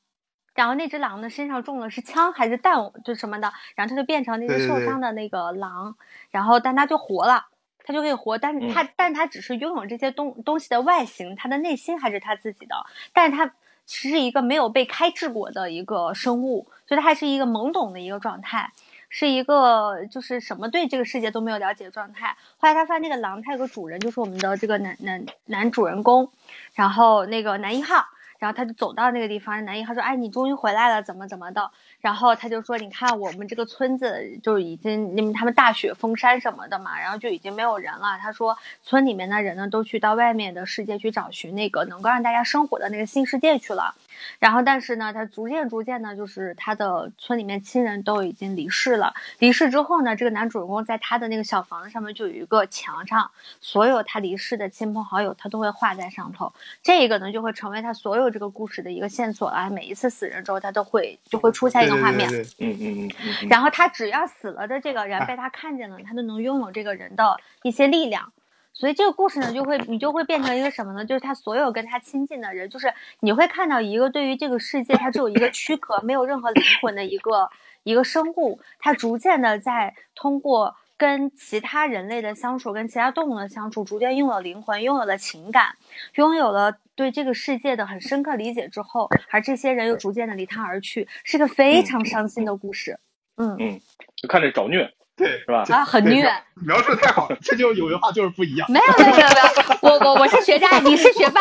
然后那只狼呢，身上中了是枪还是弹，就什么的，然后它就变成那对只对受伤对，的那个狼，然后但它就活了，它就可以活，但是它嗯但它只是拥有这些东东西的外形，它的内心还是它自己的，但是它是一个没有被开智过的一个生物，所以它还是一个懵懂的一个状态，是一个就是什么对这个世界都没有了解的状态。后来他发现那个狼，它有个主人，就是我们的这个男男男主人公，然后那个男一号。然后他就走到那个地方，男一号说：“哎，你终于回来了，怎么怎么的？”然后他就说：“你看我们这个村子就已经，因为他们大雪封山什么的嘛，然后就已经没有人了。”他说：“村里面的人呢，都去到外面的世界去找寻那个能够让大家生活的那个新世界去了。”然后，但是呢，他逐渐逐渐呢，就是他的村里面亲人都已经离世了。离世之后呢，这个男主人公在他的那个小房子上面就有一个墙上，所有他离世的亲朋好友，他都会画在上头。这个呢，就会成为他所有这个故事的一个线索啊。每一次死人之后，他都会就会出现一个画面。对对嗯对嗯嗯嗯嗯，然后他只要死了的这个人被他看见了，他就能拥有这个人的一些力量。所以这个故事呢，就会你就会变成一个什么呢？就是他所有跟他亲近的人，就是你会看到一个对于这个世界，他只有一个躯壳，没有任何灵魂的一个一个生物，他逐渐的在通过跟其他人类的相处，跟其他动物的相处，逐渐拥有灵魂，拥有了情感，拥有了对这个世界的很深刻理解之后，而这些人又逐渐的离他而去，是个非常伤心的故事。嗯，嗯，就看这找虐对是吧？啊，很对虐。描述的太好了，这就有文化就是不一样没有没有 没有没有，我我我是学渣，你是学霸。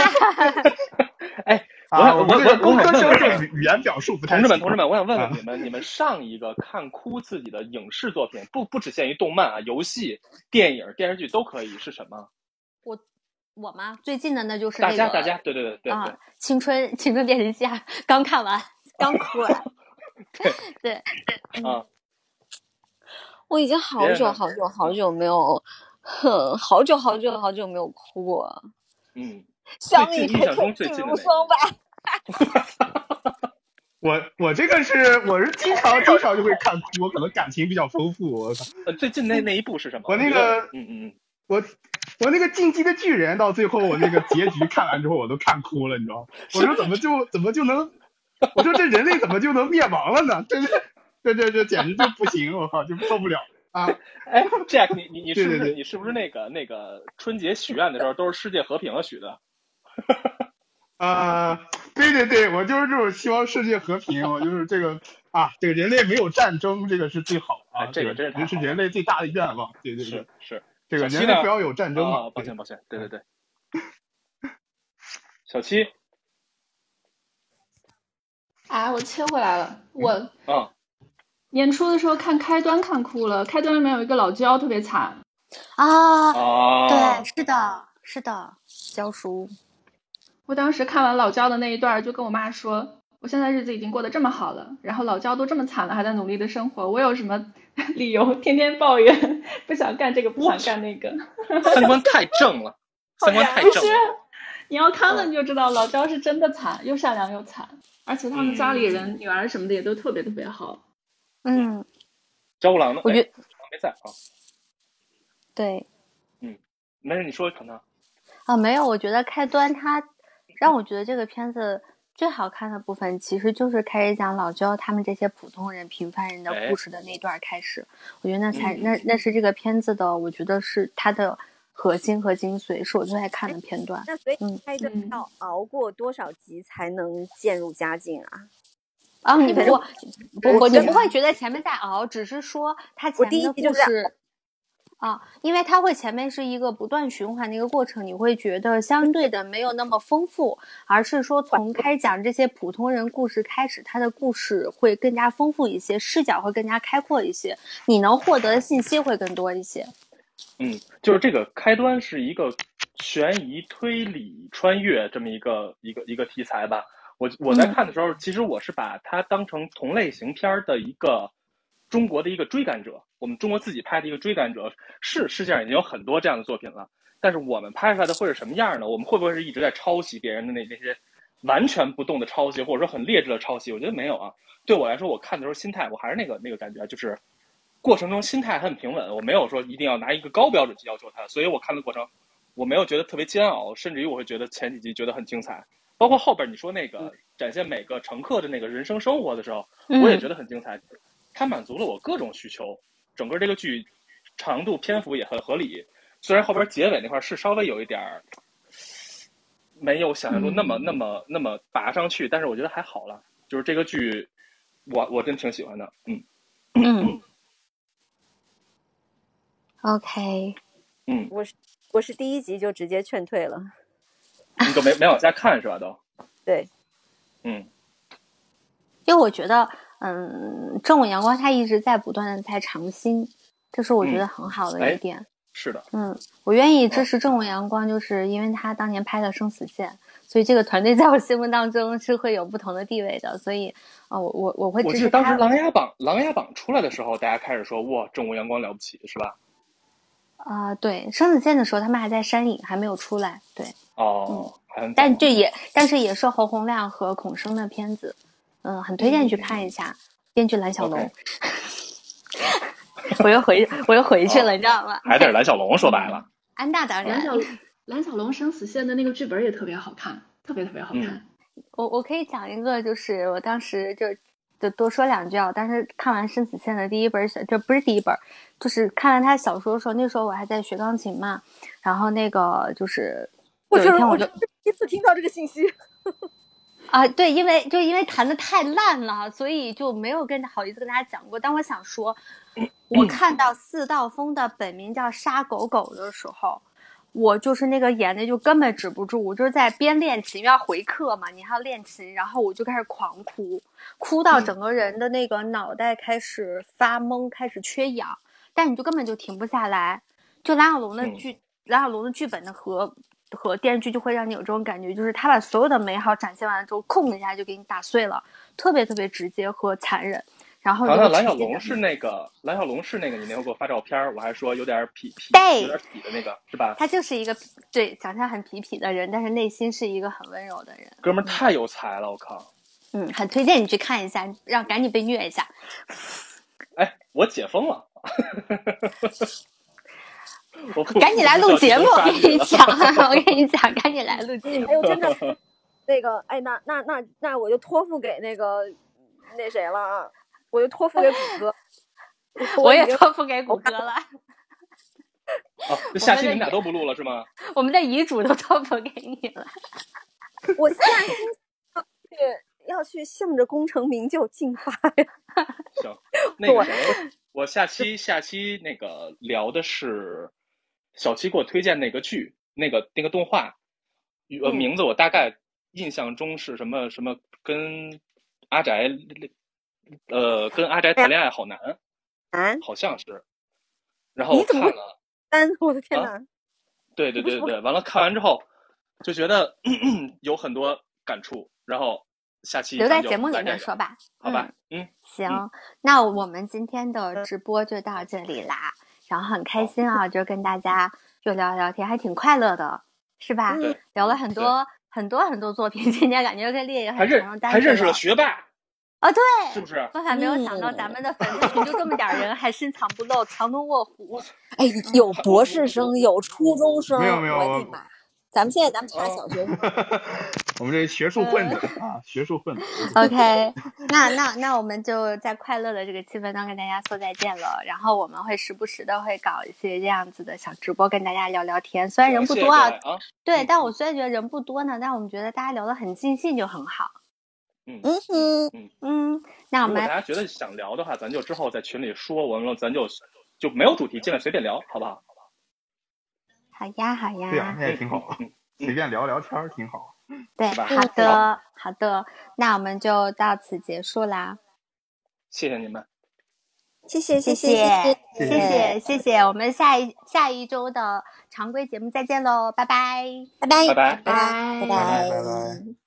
啊！我我我这个我工科我生就是语言表述不太同志们，同志们，们，我想问问啊你们，你们上一个看哭自己的影视作品，不不只限于动漫啊，游戏、电影、电视剧都可以，是什么？我吗？最近的那就是那大个家，大家，对对对对哦啊对，，青春青春变形记啊，刚看完，刚哭完。对，嗯啊， 我已经别好人久呢好久好久没有， 哼，好久好久好久没有哭过了。嗯，最小近米这印象中个最进近入的那双个，百，我我这个是我是经常经常就会看哭，我可能感情比较丰富，我靠。呃，最近嗯那那一部是什么？我那觉得个嗯嗯嗯，我我那个《进击的巨人》到最后，我那个结局看完之后，我都看哭了，你知道吗？我说怎么就怎么就能，我说这人类怎么就能灭亡了呢？这这这这这简直就不行，我靠，就受不了啊！哎，Jack，你你你是不对对是对你是不是那个那个春节许愿的时候都是世界和平了许的？啊，对对对，我就是这种希望世界和平，我就是这个啊，这个人类没有战争，这个是最好哎啊，这个真是太这是好了人类最大的愿望，对对对是，是，这个小七人类呢不要有战争嘛啊，，嗯抱对歉抱歉，对对对， 小七哎，我切回来了，我啊，年初的时候看开端看哭了，开端里面有一个老焦特别惨，啊，哦对，，是的，是的，教书。我当时看完老焦的那一段儿，就跟我妈说，我现在日子已经过得这么好了，然后老焦都这么惨了，还在努力的生活，我有什么 理由天天抱怨，不想干这个，不想干那个？三观太正了，三观太正了，你要看了你就知道，老焦是真的惨，又善良又惨，而且他们家里人、女儿什么的也都特别特别好。嗯，张五郎呢？我觉哎没在啊，对没事，你说可能啊，没有，我觉得开端它让我觉得这个片子最好看的部分，其实就是开始讲老焦他们这些普通人、平凡人的哎故事的那段儿开始。我觉得那才嗯那那是这个片子的，我觉得是它的核心和精髓，是我最爱看的片段。那所以嗯开端嗯要熬过多少集才能渐入佳境啊？啊，你反不正不我不，你真不会觉得前面在熬，只是说它我前第面的一集就故是事啊，因为它会前面是一个不断循环的一个过程，你会觉得相对的没有那么丰富，而是说从开讲这些普通人故事开始，它的故事会更加丰富一些，视角会更加开阔一些，你能获得的信息会更多一些。嗯，就是这个开端是一个悬疑推理穿越这么一个一个一个题材吧。我我在嗯看的时候，其实我是把它当成同类型片儿的一个中国的一个追赶者，我们中国自己拍的一个追赶者，是世界上已经有很多这样的作品了。但是我们拍出来的会是什么样儿呢？我们会不会是一直在抄袭别人的那那些完全不动的抄袭，或者说很劣质的抄袭？我觉得没有啊。对我来说，我看的时候心态，我还是那个那个感觉，就是过程中心态很平稳，我没有说一定要拿一个高标准去要求它，所以我看的过程我没有觉得特别煎熬，甚至于我会觉得前几集觉得很精彩，包括后边你说那个展现每个乘客的那个人生生活的时候，我也嗯觉得很精彩，它满足了我各种需求，整个这个剧长度篇幅也很合理，虽然后边结尾那块是稍微有一点儿没有想象中那么那嗯，么那么拔上去，但是我觉得还好了，就是这个剧我我真挺喜欢的，嗯嗯，OK，嗯，我是我是第一集就直接劝退了。你都没没往下看是吧都？对，嗯因为我觉得，嗯，正午阳光它一直在不断的在尝新，这是我觉嗯，得很好的一哎，点。是的，嗯，我愿意支哦持正午阳光，就是因为他当年拍的《生死线》，所以这个团队在我心目当中是会有不同的地位的。所以啊、我我我会我支记持得当时他《琅琊榜》《琅琊榜》出来的时候，大家开始说哇，正午阳光了不起，是吧？啊、对，生死线的时候他们还在山影，还没有出来。对，哦，还很嗯早但这也但是也是侯鸿亮和孔升的片子，嗯，很推荐你去看一下。编剧蓝小龙 OK 我又回我又回哦去了，你知道吗？还得是蓝小龙，说白了，安大当蓝然哎小，蓝小龙生死线的那个剧本也特别好看，特别特别好看。嗯我我可以讲一个，就是我当时就就多说两句啊。当时看完生死线的第一本小，这不是第一本，就是看完他小说的时候，那时候我还在学钢琴嘛。然后那个就是我有一就是天我我就就第一次听到这个信息，啊，对，因为就因为弹的太烂了，所以就没有跟好意思跟大家讲过。但我想说，我嗯看到四道峰的本名叫杀狗狗的时候，我就是那个眼泪就根本止不住，我就是在边练琴，因为要回课嘛，你还要练琴，然后我就开始狂哭，哭嗯到整个人的那个脑袋开始发懵，开始缺氧，但你就根本就停不下来。就蓝小龙的嗯剧，蓝小龙的剧本的和和电视剧就会让你有这种感觉，就是他把所有的美好展现完了之后，空一下就给你打碎了，特别特别直接和残忍。然后好你像会蓝沉小浸龙在是那个蓝小龙是那个，你那会给我发照片儿，我还说有点痞痞，对有点痞的那个是吧？他就是一个对长相很痞痞的人，但是内心是一个很温柔的人。哥们儿太有才了，我靠！嗯，很推荐你去看一下，让赶紧被虐一下。哎，我解封 了，我不赶紧来录节目，我我不跟需 要你去讲， 我跟你讲，赶紧 来录节目。哎呦，真的， 那个，哎，那那那那我就托付给那个那谁了啊，我就托付给谷 歌，我也已经托付给谷歌了，发掘了。哦，就下期你们俩都不录了是吗？我们的遗嘱都托付给你了。我下星期要去要去向着功成名就进发呀！行， 那个谁，我下期下期那个聊的是小七给我推荐那个剧，那个那个动画，呃，嗯名字我大概印象中是什么什么，跟阿宅，呃，跟阿宅谈恋爱好难， 啊，好像是。然后你我怎看么会 了，三，我的天啊哪！对对你不是对对，完了看完之后就觉得 有很多感触，然后下期留在咱们就节目里来这面个，说吧。好吧？嗯，行，嗯那我们今天的直播就到这里啦，然后很开心啊，就跟大家就聊聊天，还挺快乐的，是吧？嗯对，聊了很多很多很多作品，今天感觉跟列也还很认长的单还认识了了嗯学霸，啊、对，是不是？万万没有想到咱们的粉丝群就这么点儿人， 还深藏不露，藏龙卧虎。 哎，有博士生，有初中生，没有没有我的我妈！咱们现在咱们查哦小学生，我们这学术混子啊，学术混子。学术混子 OK，那 那那我们就在快乐的这个气氛中跟大家说再见了。然后我们会时不时的会搞一些这样子的小直播，跟大家聊聊天。虽然人不谢谢多各啊，位啊，对，但我虽然觉得人不多呢，但我们觉得大家聊得很尽兴就很好。嗯。嗯哼，嗯，那我如果们大家觉得想聊的话，咱就之后在群里说，完了咱就就没有主题，进来随便聊，好不好？好呀好对啊，呀，那也挺嗯好，随便聊聊天儿挺好。对，是吧好的好的，那我们就到此结束啦。谢谢你们，谢谢谢谢谢谢谢谢谢谢，我们下一下一周的常规节目再见喽，拜拜。拜拜拜拜。拜拜拜拜拜拜。